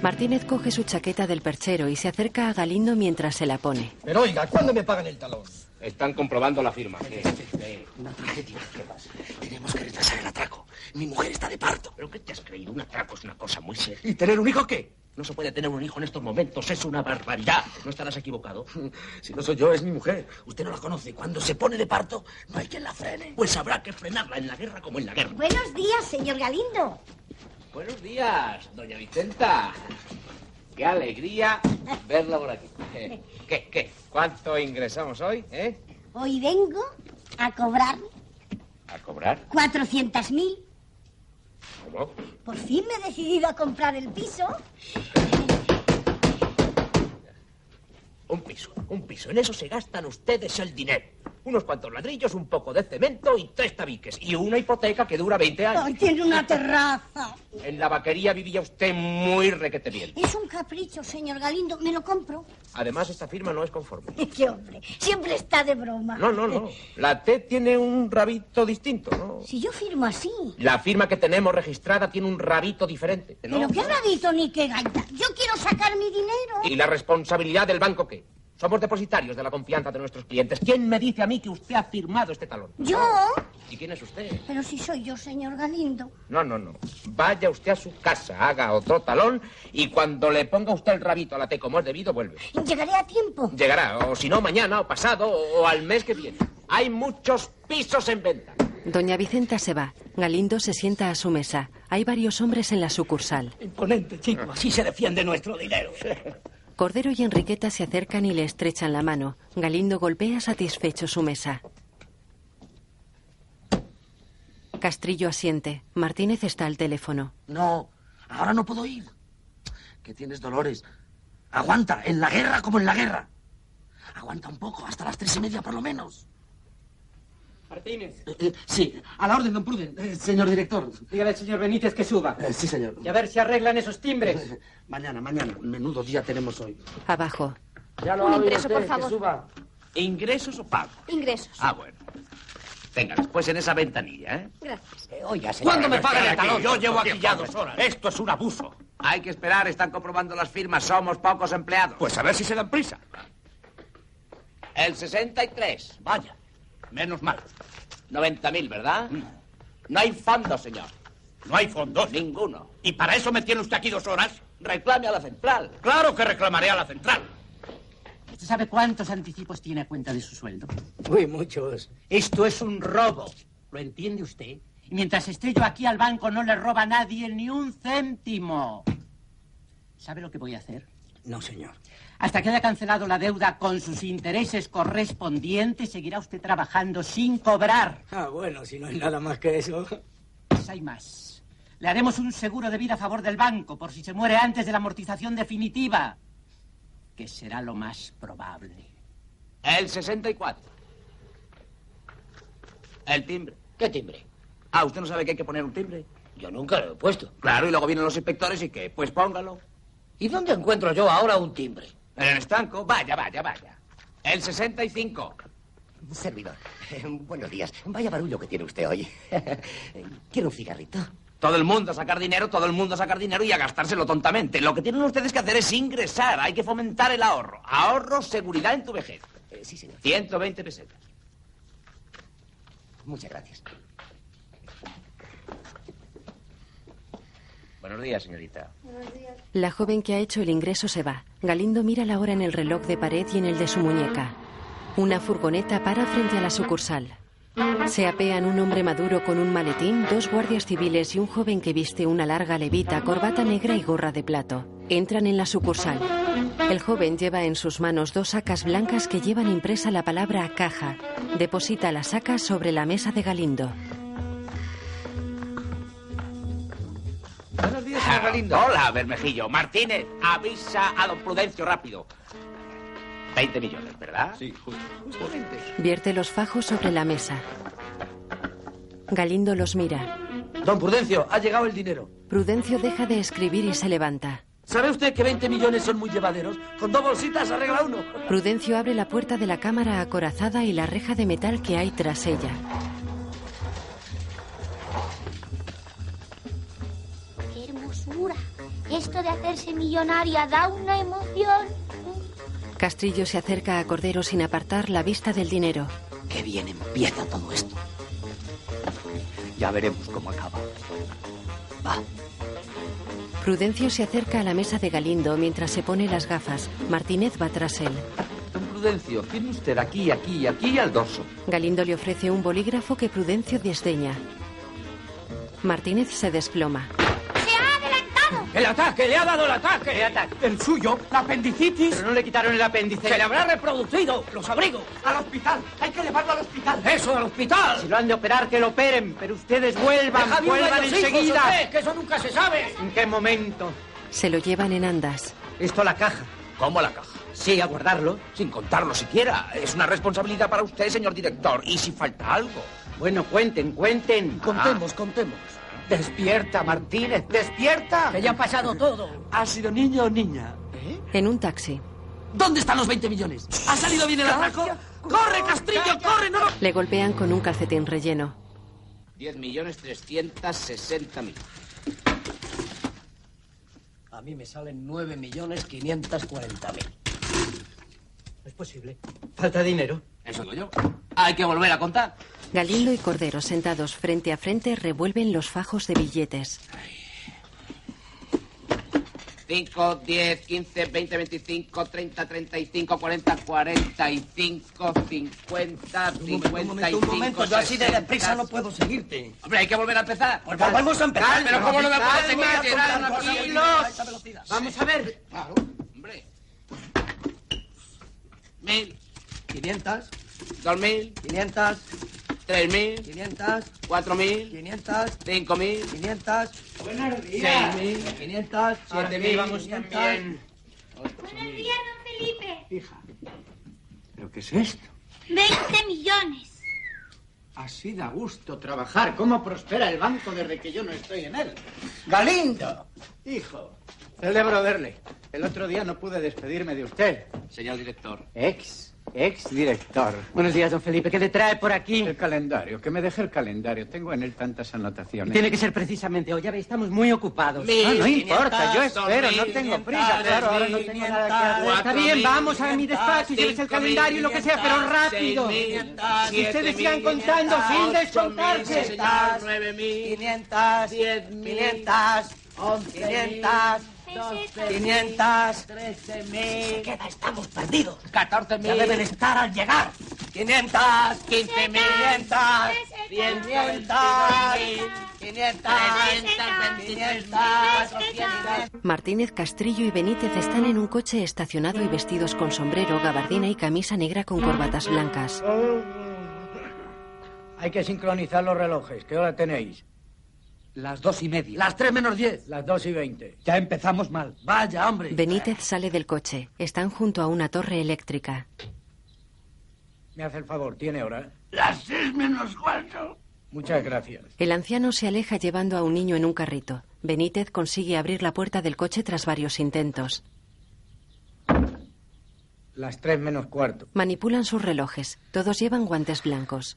Martínez coge su chaqueta del perchero y se acerca a Galindo mientras se la pone. Pero oiga, ¿cuándo me pagan el talón? Están comprobando la firma. eh, Una tragedia. ¿Qué pasa? Tenemos que retrasar el atraco. Mi mujer está de parto. ¿Pero qué te has creído? Un atraco es una cosa muy seria. ¿Y tener un hijo qué? No se puede tener un hijo en estos momentos, es una barbaridad. No estarás equivocado. Si no soy yo, es mi mujer. Usted no la conoce. Cuando se pone de parto, no hay quien la frene. Pues habrá que frenarla en la guerra como en la guerra. Buenos días, señor Galindo. Buenos días, doña Vicenta. Qué alegría verla por aquí. ¿Qué, qué? ¿Cuánto ingresamos hoy, eh? Hoy vengo a cobrar ¿A cobrar? 400.000. ¿Cómo? Por fin me he decidido a comprar el piso. Un piso, un piso. En eso se gastan ustedes el dinero. unos cuantos ladrillos, un poco de cemento y tres tabiques. Y una hipoteca que dura 20 años. Ay, tiene una terraza. En la vaquería vivía usted muy requete bien. Ah, Es un capricho, señor Galindo. Me lo compro. Además, esta firma no es conforme. Qué hombre. Siempre está de broma. No, no, no. La T tiene un rabito distinto, ¿no? Si yo firmo así. La firma que tenemos registrada tiene un rabito diferente, ¿no? Pero qué rabito ni qué gaita. Yo quiero sacar mi dinero. ¿Y la responsabilidad del banco qué? Somos depositarios de la confianza de nuestros clientes. ¿Quién me dice a mí que usted ha firmado este talón? ¿Yo? ¿Y quién es usted? Pero si soy yo, señor Galindo. No, no, no. Vaya usted a su casa, haga otro talón y cuando le ponga usted el rabito a la T como es debido, vuelve. Llegaré a tiempo. Llegará, o si no, mañana, o pasado, o, o al mes que viene. Hay muchos pisos en venta. Doña Vicenta se va. Galindo se sienta a su mesa. Hay varios hombres en la sucursal. Imponente, chico. Así se defiende nuestro dinero. Cordero y Enriqueta se acercan y le estrechan la mano. Galindo golpea satisfecho su mesa. Castrillo asiente. Martínez está al teléfono. No, ahora no puedo ir. Que tienes dolores. Aguanta, en la guerra como en la guerra. Aguanta un poco, hasta las tres y media por lo menos. Martínez, Eh, eh, sí, a la orden, don Pruden. Eh, señor director. dígale al señor Benítez que suba. Eh, sí, señor. Eh, Y a ver si arreglan esos timbres. Mañana, mañana. Menudo día tenemos hoy. Abajo. Ya lo Un ha oído ingreso, usted, por que favor. suba. ¿Ingresos o pagos? Ingresos. Ah, bueno. Venga, después en esa ventanilla, ¿eh? Gracias. Oiga, señora, ¿Cuándo me no pagan esté el aquí. talón? Yo llevo aquí ya Diez dos horas. Esto es un abuso. Hay que esperar, están comprobando las firmas. Somos pocos empleados. Pues a ver si se dan prisa. El 63. Vaya. Menos mal. 90.000, ¿verdad? No hay fondos, señor. ¿No hay fondos? Ninguno. ¿Y para eso me tiene usted aquí dos horas? Reclame a la central. Claro que reclamaré a la central. ¿Usted sabe cuántos anticipos tiene a cuenta de su sueldo? Uy, muchos. Esto es un robo. ¿Lo entiende usted? Y mientras esté yo aquí al banco no le roba a nadie ni un céntimo. ¿Sabe lo que voy a hacer? No, señor. Hasta que haya cancelado la deuda con sus intereses correspondientes, seguirá usted trabajando sin cobrar. Ah, bueno, si no hay nada más que eso. Pues hay más. Le haremos un seguro de vida a favor del banco por si se muere antes de la amortización definitiva, que será lo más probable. El 64. El timbre. ¿Qué timbre? Ah, ¿usted no sabe que hay que poner un timbre? Yo nunca lo he puesto. Claro, y luego vienen los inspectores y qué, pues póngalo. ¿Y dónde encuentro yo ahora un timbre? En el estanco. Vaya, vaya, vaya. El 65. Servidor. Buenos días. Vaya barullo que tiene usted hoy. Quiero un cigarrito. Todo el mundo a sacar dinero, todo el mundo a sacar dinero y a gastárselo tontamente. Lo que tienen ustedes que hacer es ingresar. Hay que fomentar el ahorro. Ahorro, seguridad en tu vejez. Eh, sí, señor. 120 pesetas. Muchas gracias. Buenos días, señorita. La joven que ha hecho el ingreso se va. Galindo mira la hora en el reloj de pared y en el de su muñeca. Una furgoneta para frente a la sucursal. Se apean un hombre maduro con un maletín, dos guardias civiles y un joven que viste una larga levita, corbata negra y gorra de plato. Entran en la sucursal. El joven lleva en sus manos dos sacas blancas que llevan impresa la palabra caja. Deposita las sacas sobre la mesa de Galindo. Buenos días, señor Hola, Bermejillo. Martínez, avisa a don Prudencio rápido. 20 millones, ¿verdad? Sí, justo. Justamente. Vierte los fajos sobre la mesa. Galindo los mira. Don Prudencio, ha llegado el dinero. Prudencio deja de escribir y se levanta. ¿Sabe usted que 20 millones son muy llevaderos? Con dos bolsitas arregla uno. Prudencio abre la puerta de la cámara acorazada y la reja de metal que hay tras ella. ¡Qué hermosura! Esto de hacerse millonaria da una emoción. Castrillo se acerca a Cordero sin apartar la vista del dinero. Qué bien empieza todo esto. Ya veremos cómo acaba. Prudencio se acerca a la mesa de Galindo mientras se pone las gafas. Martínez va tras él. Don Prudencio, tiene usted aquí, aquí y aquí al dorso. Galindo le ofrece un bolígrafo que Prudencio desdeña. Martínez se desploma. ¡El ataque! ¡Le ha dado el ataque! El ataque. El suyo, la apendicitis. Pero no le quitaron el apéndice. ¡Se le habrá reproducido! ¡Los abrigos! ¡Al hospital! ¡Hay que llevarlo al hospital! ¡Eso, al hospital! Si lo han de operar, que lo operen. Pero ustedes vuelvan, Deja viuda vuelvan a los hijos, enseguida. hombre, que eso nunca se sabe. ¿En qué momento? Se lo llevan en andas. Esto la caja. ¿Cómo la caja? Sí, a guardarlo. Sin contarlo siquiera. Es una responsabilidad para usted, señor director. Y si falta algo. Bueno, cuenten, cuenten. Contemos, contemos. Despierta, Martínez, despierta. Que ya ha pasado todo. ¿Ha sido niño o niña? ¿eh? En un taxi. ¿Dónde están los 20 millones? ¿Ha salido bien el atraco? ¡Corre, Castrillo, corre! ¡No lo Le golpean con un calcetín relleno. 10 millones 360 mil. A mí me salen 9 millones 540 mil. No es posible. Falta dinero. Eso digo yo. Hay que volver a contar. Galindo y Cordero, sentados frente a frente, revuelven los fajos de billetes. 5, 10, 15, 20, 25, 30, 35, 40, 45, 50, 55. momento, un momento. Yo así de deprisa no puedo seguirte. Hombre, hay que volver a empezar. Pues volvemos a empezar. Pero ¿cómo no me puedo Calma, seguir? calma, Tranquilos. a esta velocidad. Vamos a ver. Ah, Claro, hombre. Mil. 500, 2.000, 500, 3.000, 500, 4.000, 500, 5.000, 500. Buenos días. 6.000, 500, 7.000, vamos 500. también. Buenos días, don Felipe. ¿Pero qué es esto? 20 millones. Así da gusto trabajar. ¿Cómo prospera el banco desde que yo no estoy en él? ¡Galindo! Hijo, celebro verle. El otro día no pude despedirme de usted. Señor director. Ex, ex director. Buenos días, don Felipe. ¿Qué le trae por aquí? El calendario, que me deje el calendario. Tengo en él tantas anotaciones. Tiene que ser precisamente hoy. Ya ve, estamos muy ocupados. Mil, Ah, no, no quinientas, importa, yo dos espero, mil, no tengo quinientas, prisa. Claro, tres ahora no mil, tengo nada que hacer. Está cuatro bien, mil, vamos a mi despacho, lleves el cinco mil, calendario y lo que sea, pero quinientas, rápido. seis mil, Si siete ustedes mil, sigan contando sin quinientas, descontarse. 500, 500, 500, 500, 13.000. Se queda, estamos perdidos. 14.000. Ya deben estar al llegar. 500, 15.000. 500, 500, 500, 500, Martínez, Castrillo y Benítez están en un coche estacionado y vestidos con sombrero, gabardina y camisa negra con corbatas blancas. Oh. Hay que sincronizar los relojes. ¿Qué hora tenéis? Las dos y media. Las tres menos diez. Las dos y veinte. Ya empezamos mal. Vaya, hombre. Benítez sale del coche. Están junto a una torre eléctrica. Me hace el favor, ¿tiene hora? Las seis menos cuarto. Muchas gracias. El anciano se aleja llevando a un niño en un carrito. Benítez consigue abrir la puerta del coche tras varios intentos. Las tres menos cuarto. Manipulan sus relojes. Todos llevan guantes blancos.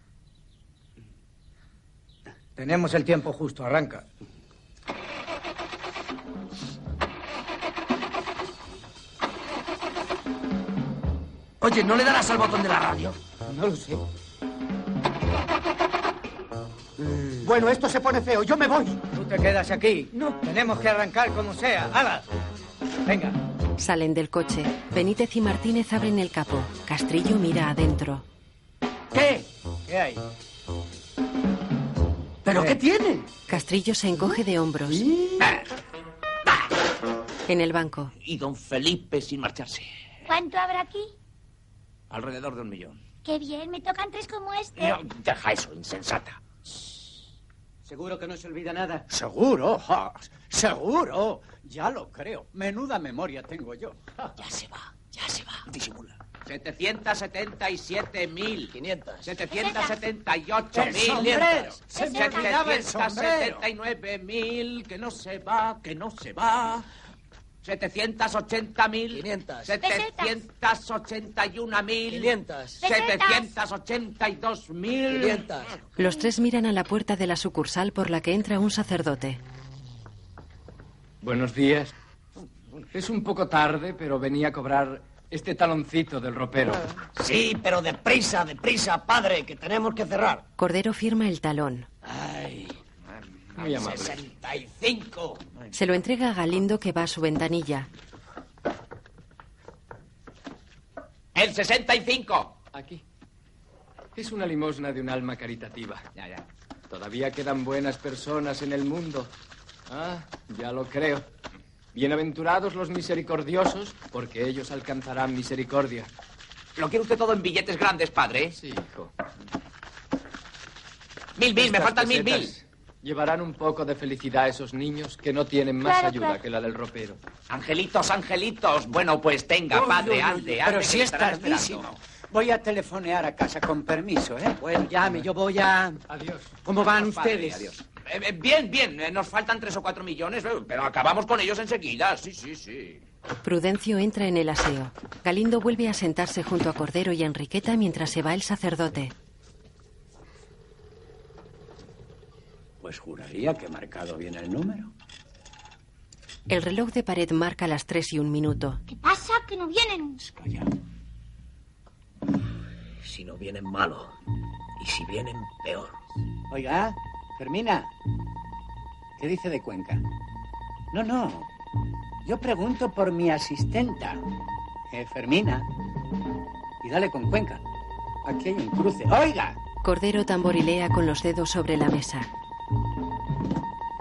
Tenemos el tiempo justo, arranca. Oye, ¿no le darás al botón de la radio? No lo sé. Mm. Bueno, esto se pone feo. Yo me voy. Tú te quedas aquí. No. Tenemos que arrancar como sea. ¡Hala! Venga. Salen del coche. Benítez y Martínez abren el capó. Castrillo mira adentro. ¿Qué? ¿Qué hay? ¿Pero qué tiene? Eh. Castrillo se encoge de hombros. Eh. En el banco. Y don Felipe sin marcharse. ¿Cuánto habrá aquí? Alrededor de un millón. Qué bien, me tocan tres como este. No, deja eso, insensata. Seguro que no se olvida nada. Seguro, ja, seguro. Ya lo creo. Menuda memoria tengo yo. Ya se va, ya se va. Disimula. 777 mil. 500. 778 El mil. sombrero. Se me olvidaba el sombrero. 779 mil. Que no se va, que no se va. 780 mil. 500. 781 mil. 500. 782 mil. 500. Los tres miran a la puerta de la sucursal por la que entra un sacerdote. Buenos días. Es un poco tarde, pero venía a cobrar este taloncito del ropero. Sí, pero deprisa, deprisa, padre, que tenemos que cerrar. Cordero firma el talón. Muy amable. 65. Se lo entrega a Galindo que va a su ventanilla. El 65. Aquí. Es una limosna de un alma caritativa. Ya, ya. Todavía quedan buenas personas en el mundo. Ah, ya lo creo. Bienaventurados los misericordiosos, porque ellos alcanzarán misericordia. ¿Lo quiere usted todo en billetes grandes, padre? Sí, hijo. Mil, mil, me Estas faltan mil, mil. pesetas Llevarán un poco de felicidad a esos niños que no tienen más Claro, ayuda claro. que la del ropero. Angelitos, angelitos. Bueno, pues tenga, Uy, uy, padre, uy, ande, pero ande. si que le es estarán esperando. tardísimo. Voy a telefonear a casa, con permiso, ¿eh? Bueno, llame, yo voy a... Adiós. ¿Cómo van Padre, ustedes? adiós. Eh, eh, bien, bien. eh, nos faltan tres o cuatro millones, eh, pero acabamos con ellos enseguida. Sí, sí, sí. Prudencio entra en el aseo. Galindo vuelve a sentarse junto a Cordero y Enriqueta mientras se va el sacerdote. Pues juraría que he marcado bien el número. El reloj de pared marca las tres y un minuto. ¿Qué pasa? Que no vienen. Si no vienen, malo. Y si vienen, peor. Oiga, Fermina, ¿Qué dice de Cuenca? no, no. Yo pregunto por mi asistenta, eh, Fermina. Y dale con Cuenca. Aquí hay un cruce. ¡Oiga! Cordero tamborilea con los dedos sobre la mesa.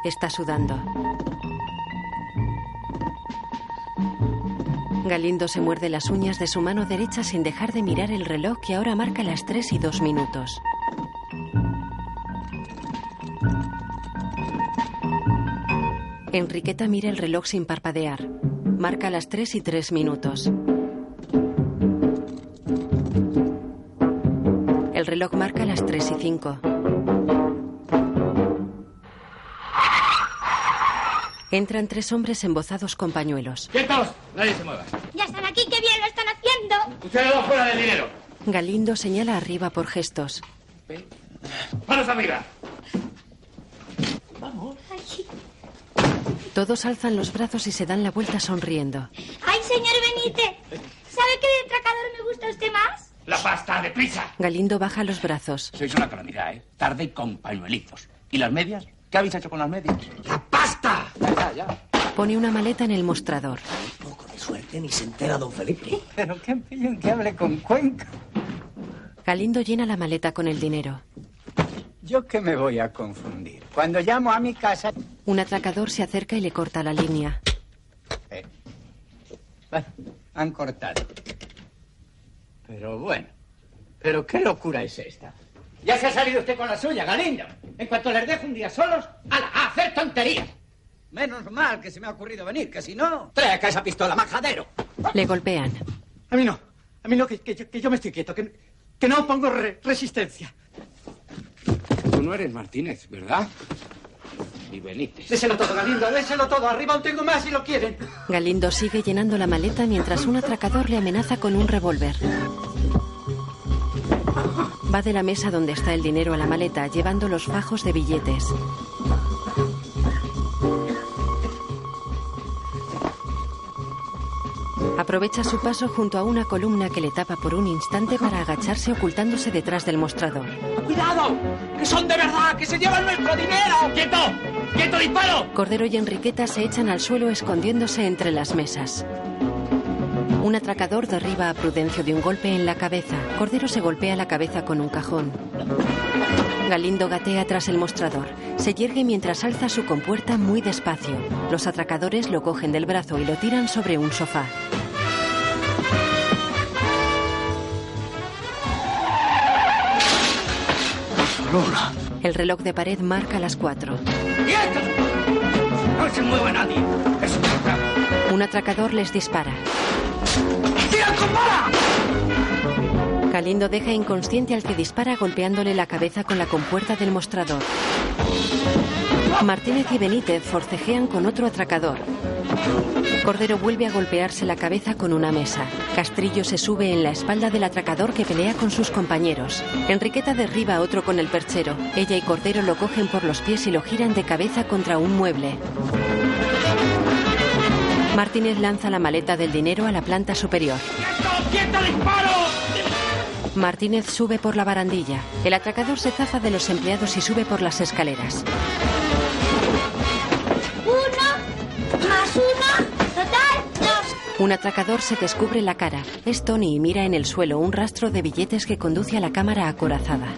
Está sudando. Galindo se muerde las uñas de su mano derecha sin dejar de mirar el reloj que ahora marca las tres y dos minutos. Enriqueta mira el reloj sin parpadear. Marca las tres y tres minutos. El reloj marca las 3 y 5. Entran tres hombres embozados con pañuelos. ¡Quietos! Nadie se mueva. Ya están aquí, qué bien lo están haciendo. Ustedes dos fuera del dinero. Galindo señala arriba por gestos. ¡Manos arriba! Ay, Todos alzan los brazos y se dan la vuelta sonriendo. ay, señor Benítez, ¿sabe qué detracador me gusta a usted más? ¡La pasta, deprisa! Galindo baja los brazos. Sois una calamidad, ¿eh? Tarde y con pañuelitos. ¿Y las medias? ¿Qué habéis hecho con las medias? Pone una maleta en el mostrador. Suerte ni se entera don Felipe. Pero qué pillón que hable con Cuenca. Galindo llena la maleta con el dinero. Yo que me voy a confundir. Cuando llamo a mi casa... Un atracador se acerca y le corta la línea. Bueno, han cortado. Pero bueno. Pero qué locura es esta. Ya se ha salido usted con la suya, Galindo. En cuanto les dejo un día solos, ala, a hacer tonterías. Menos mal que se me ha ocurrido venir, que si no... Trae acá esa pistola, majadero. Le golpean. A mí no. A mí no, que, que yo, que yo me estoy quieto, que, que no pongo re- resistencia. Tú no eres Martínez, ¿verdad? Y Benítez. Déselo todo, Galindo, déselo todo. Arriba aún tengo más si lo quieren. Galindo sigue llenando la maleta mientras un atracador le amenaza con un revólver. Va de la mesa donde está el dinero a la maleta, llevando los fajos de billetes. Aprovecha su paso junto a una columna que le tapa por un instante para agacharse ocultándose detrás del mostrador. ¡Cuidado! ¡Que son de verdad! ¡Que se llevan nuestro dinero! ¡Quieto! ¡Quieto, disparo! Cordero y Enriqueta se echan al suelo escondiéndose entre las mesas. ¿eh? Un atracador derriba a Prudencio de un golpe en la cabeza. Cordero se golpea la cabeza con un cajón. Galindo gatea tras el mostrador. Se yergue mientras alza su compuerta muy despacio. Los atracadores lo cogen del brazo y lo tiran sobre un sofá. El reloj de pared marca las cuatro. ¡Quietos! ¡No se mueva nadie! ¡Es un programa! Un atracador les dispara. ¡Tira con bala! Galindo deja inconsciente al que dispara golpeándole la cabeza con la compuerta del mostrador. Martínez y Benítez forcejean con otro atracador. Cordero vuelve a golpearse la cabeza con una mesa. Castrillo se sube en la espalda del atracador que pelea con sus compañeros. Enriqueta derriba a otro con el perchero. Ella y Cordero lo cogen por los pies y lo giran de cabeza contra un mueble. Martínez lanza la maleta del dinero a la planta superior. ¡Quieto, disparo! Martínez sube por la barandilla. El atracador se zafa de los empleados y sube por las escaleras. Uno, más uno, total, dos. Un atracador se descubre la cara. Es Tony y mira en el suelo un rastro de billetes que conduce a la cámara acorazada.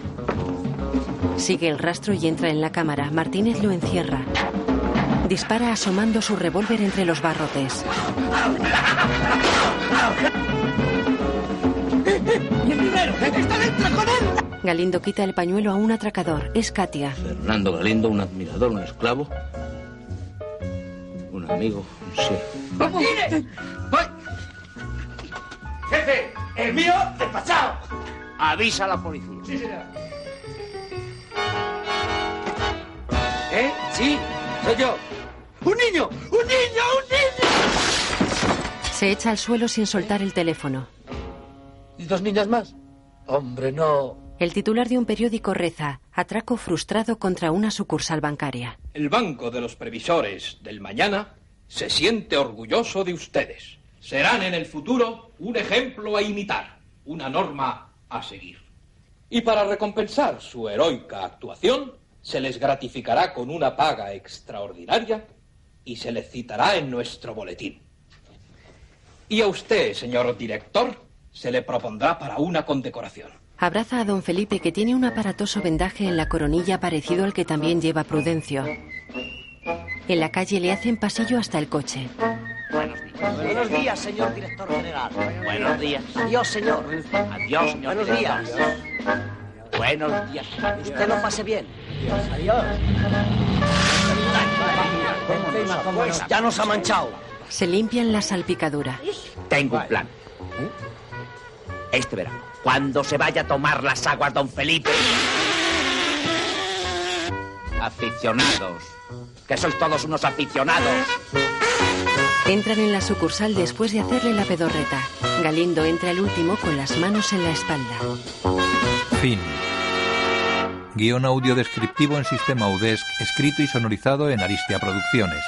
Sigue el rastro y entra en la cámara. Martínez lo encierra. Dispara asomando su revólver entre los barrotes. ¡Mi dinero! ¡Está dentro con él! Galindo quita el pañuelo a un atracador. Es Katia. Fernando Galindo, un admirador, un esclavo. Un amigo, sí. ¡Martínez! ¡Voy! ¡Jefe! ¡El mío despachado! Avisa a la policía. Sí, señor. ¿Eh? Sí, soy yo. ¡Un niño! ¡Un niño! ¡Un niño! Se echa al suelo sin soltar el teléfono. ¿Y dos niñas más? Hombre, no. El titular de un periódico reza: Atraco frustrado contra una sucursal bancaria. El Banco de los Previsores del Mañana se siente orgulloso de ustedes. Serán en el futuro un ejemplo a imitar, una norma a seguir. Y para recompensar su heroica actuación, se les gratificará con una paga extraordinaria y se les citará en nuestro boletín. Y a usted, señor director, se le propondrá para una condecoración. Abraza a don Felipe que tiene un aparatoso vendaje en la coronilla parecido al que también lleva Prudencio. En la calle le hacen pasillo hasta el coche. Buenos días, señor director general. Buenos días. Adiós, señor. Adiós, señor Buenos director. días. Buenos días. Usted lo pase bien. Adiós. Pues ya nos ha manchado. Se limpian la salpicadura. Tengo un plan. ¿Eh? Este verano, cuando se vaya a tomar las aguas don Felipe. Aficionados. Que sois todos unos aficionados. Entran en la sucursal después de hacerle la pedorreta. Galindo entra el último con las manos en la espalda. Fin. Guión audio descriptivo en sistema Udesc, escrito y sonorizado en Aristia Producciones.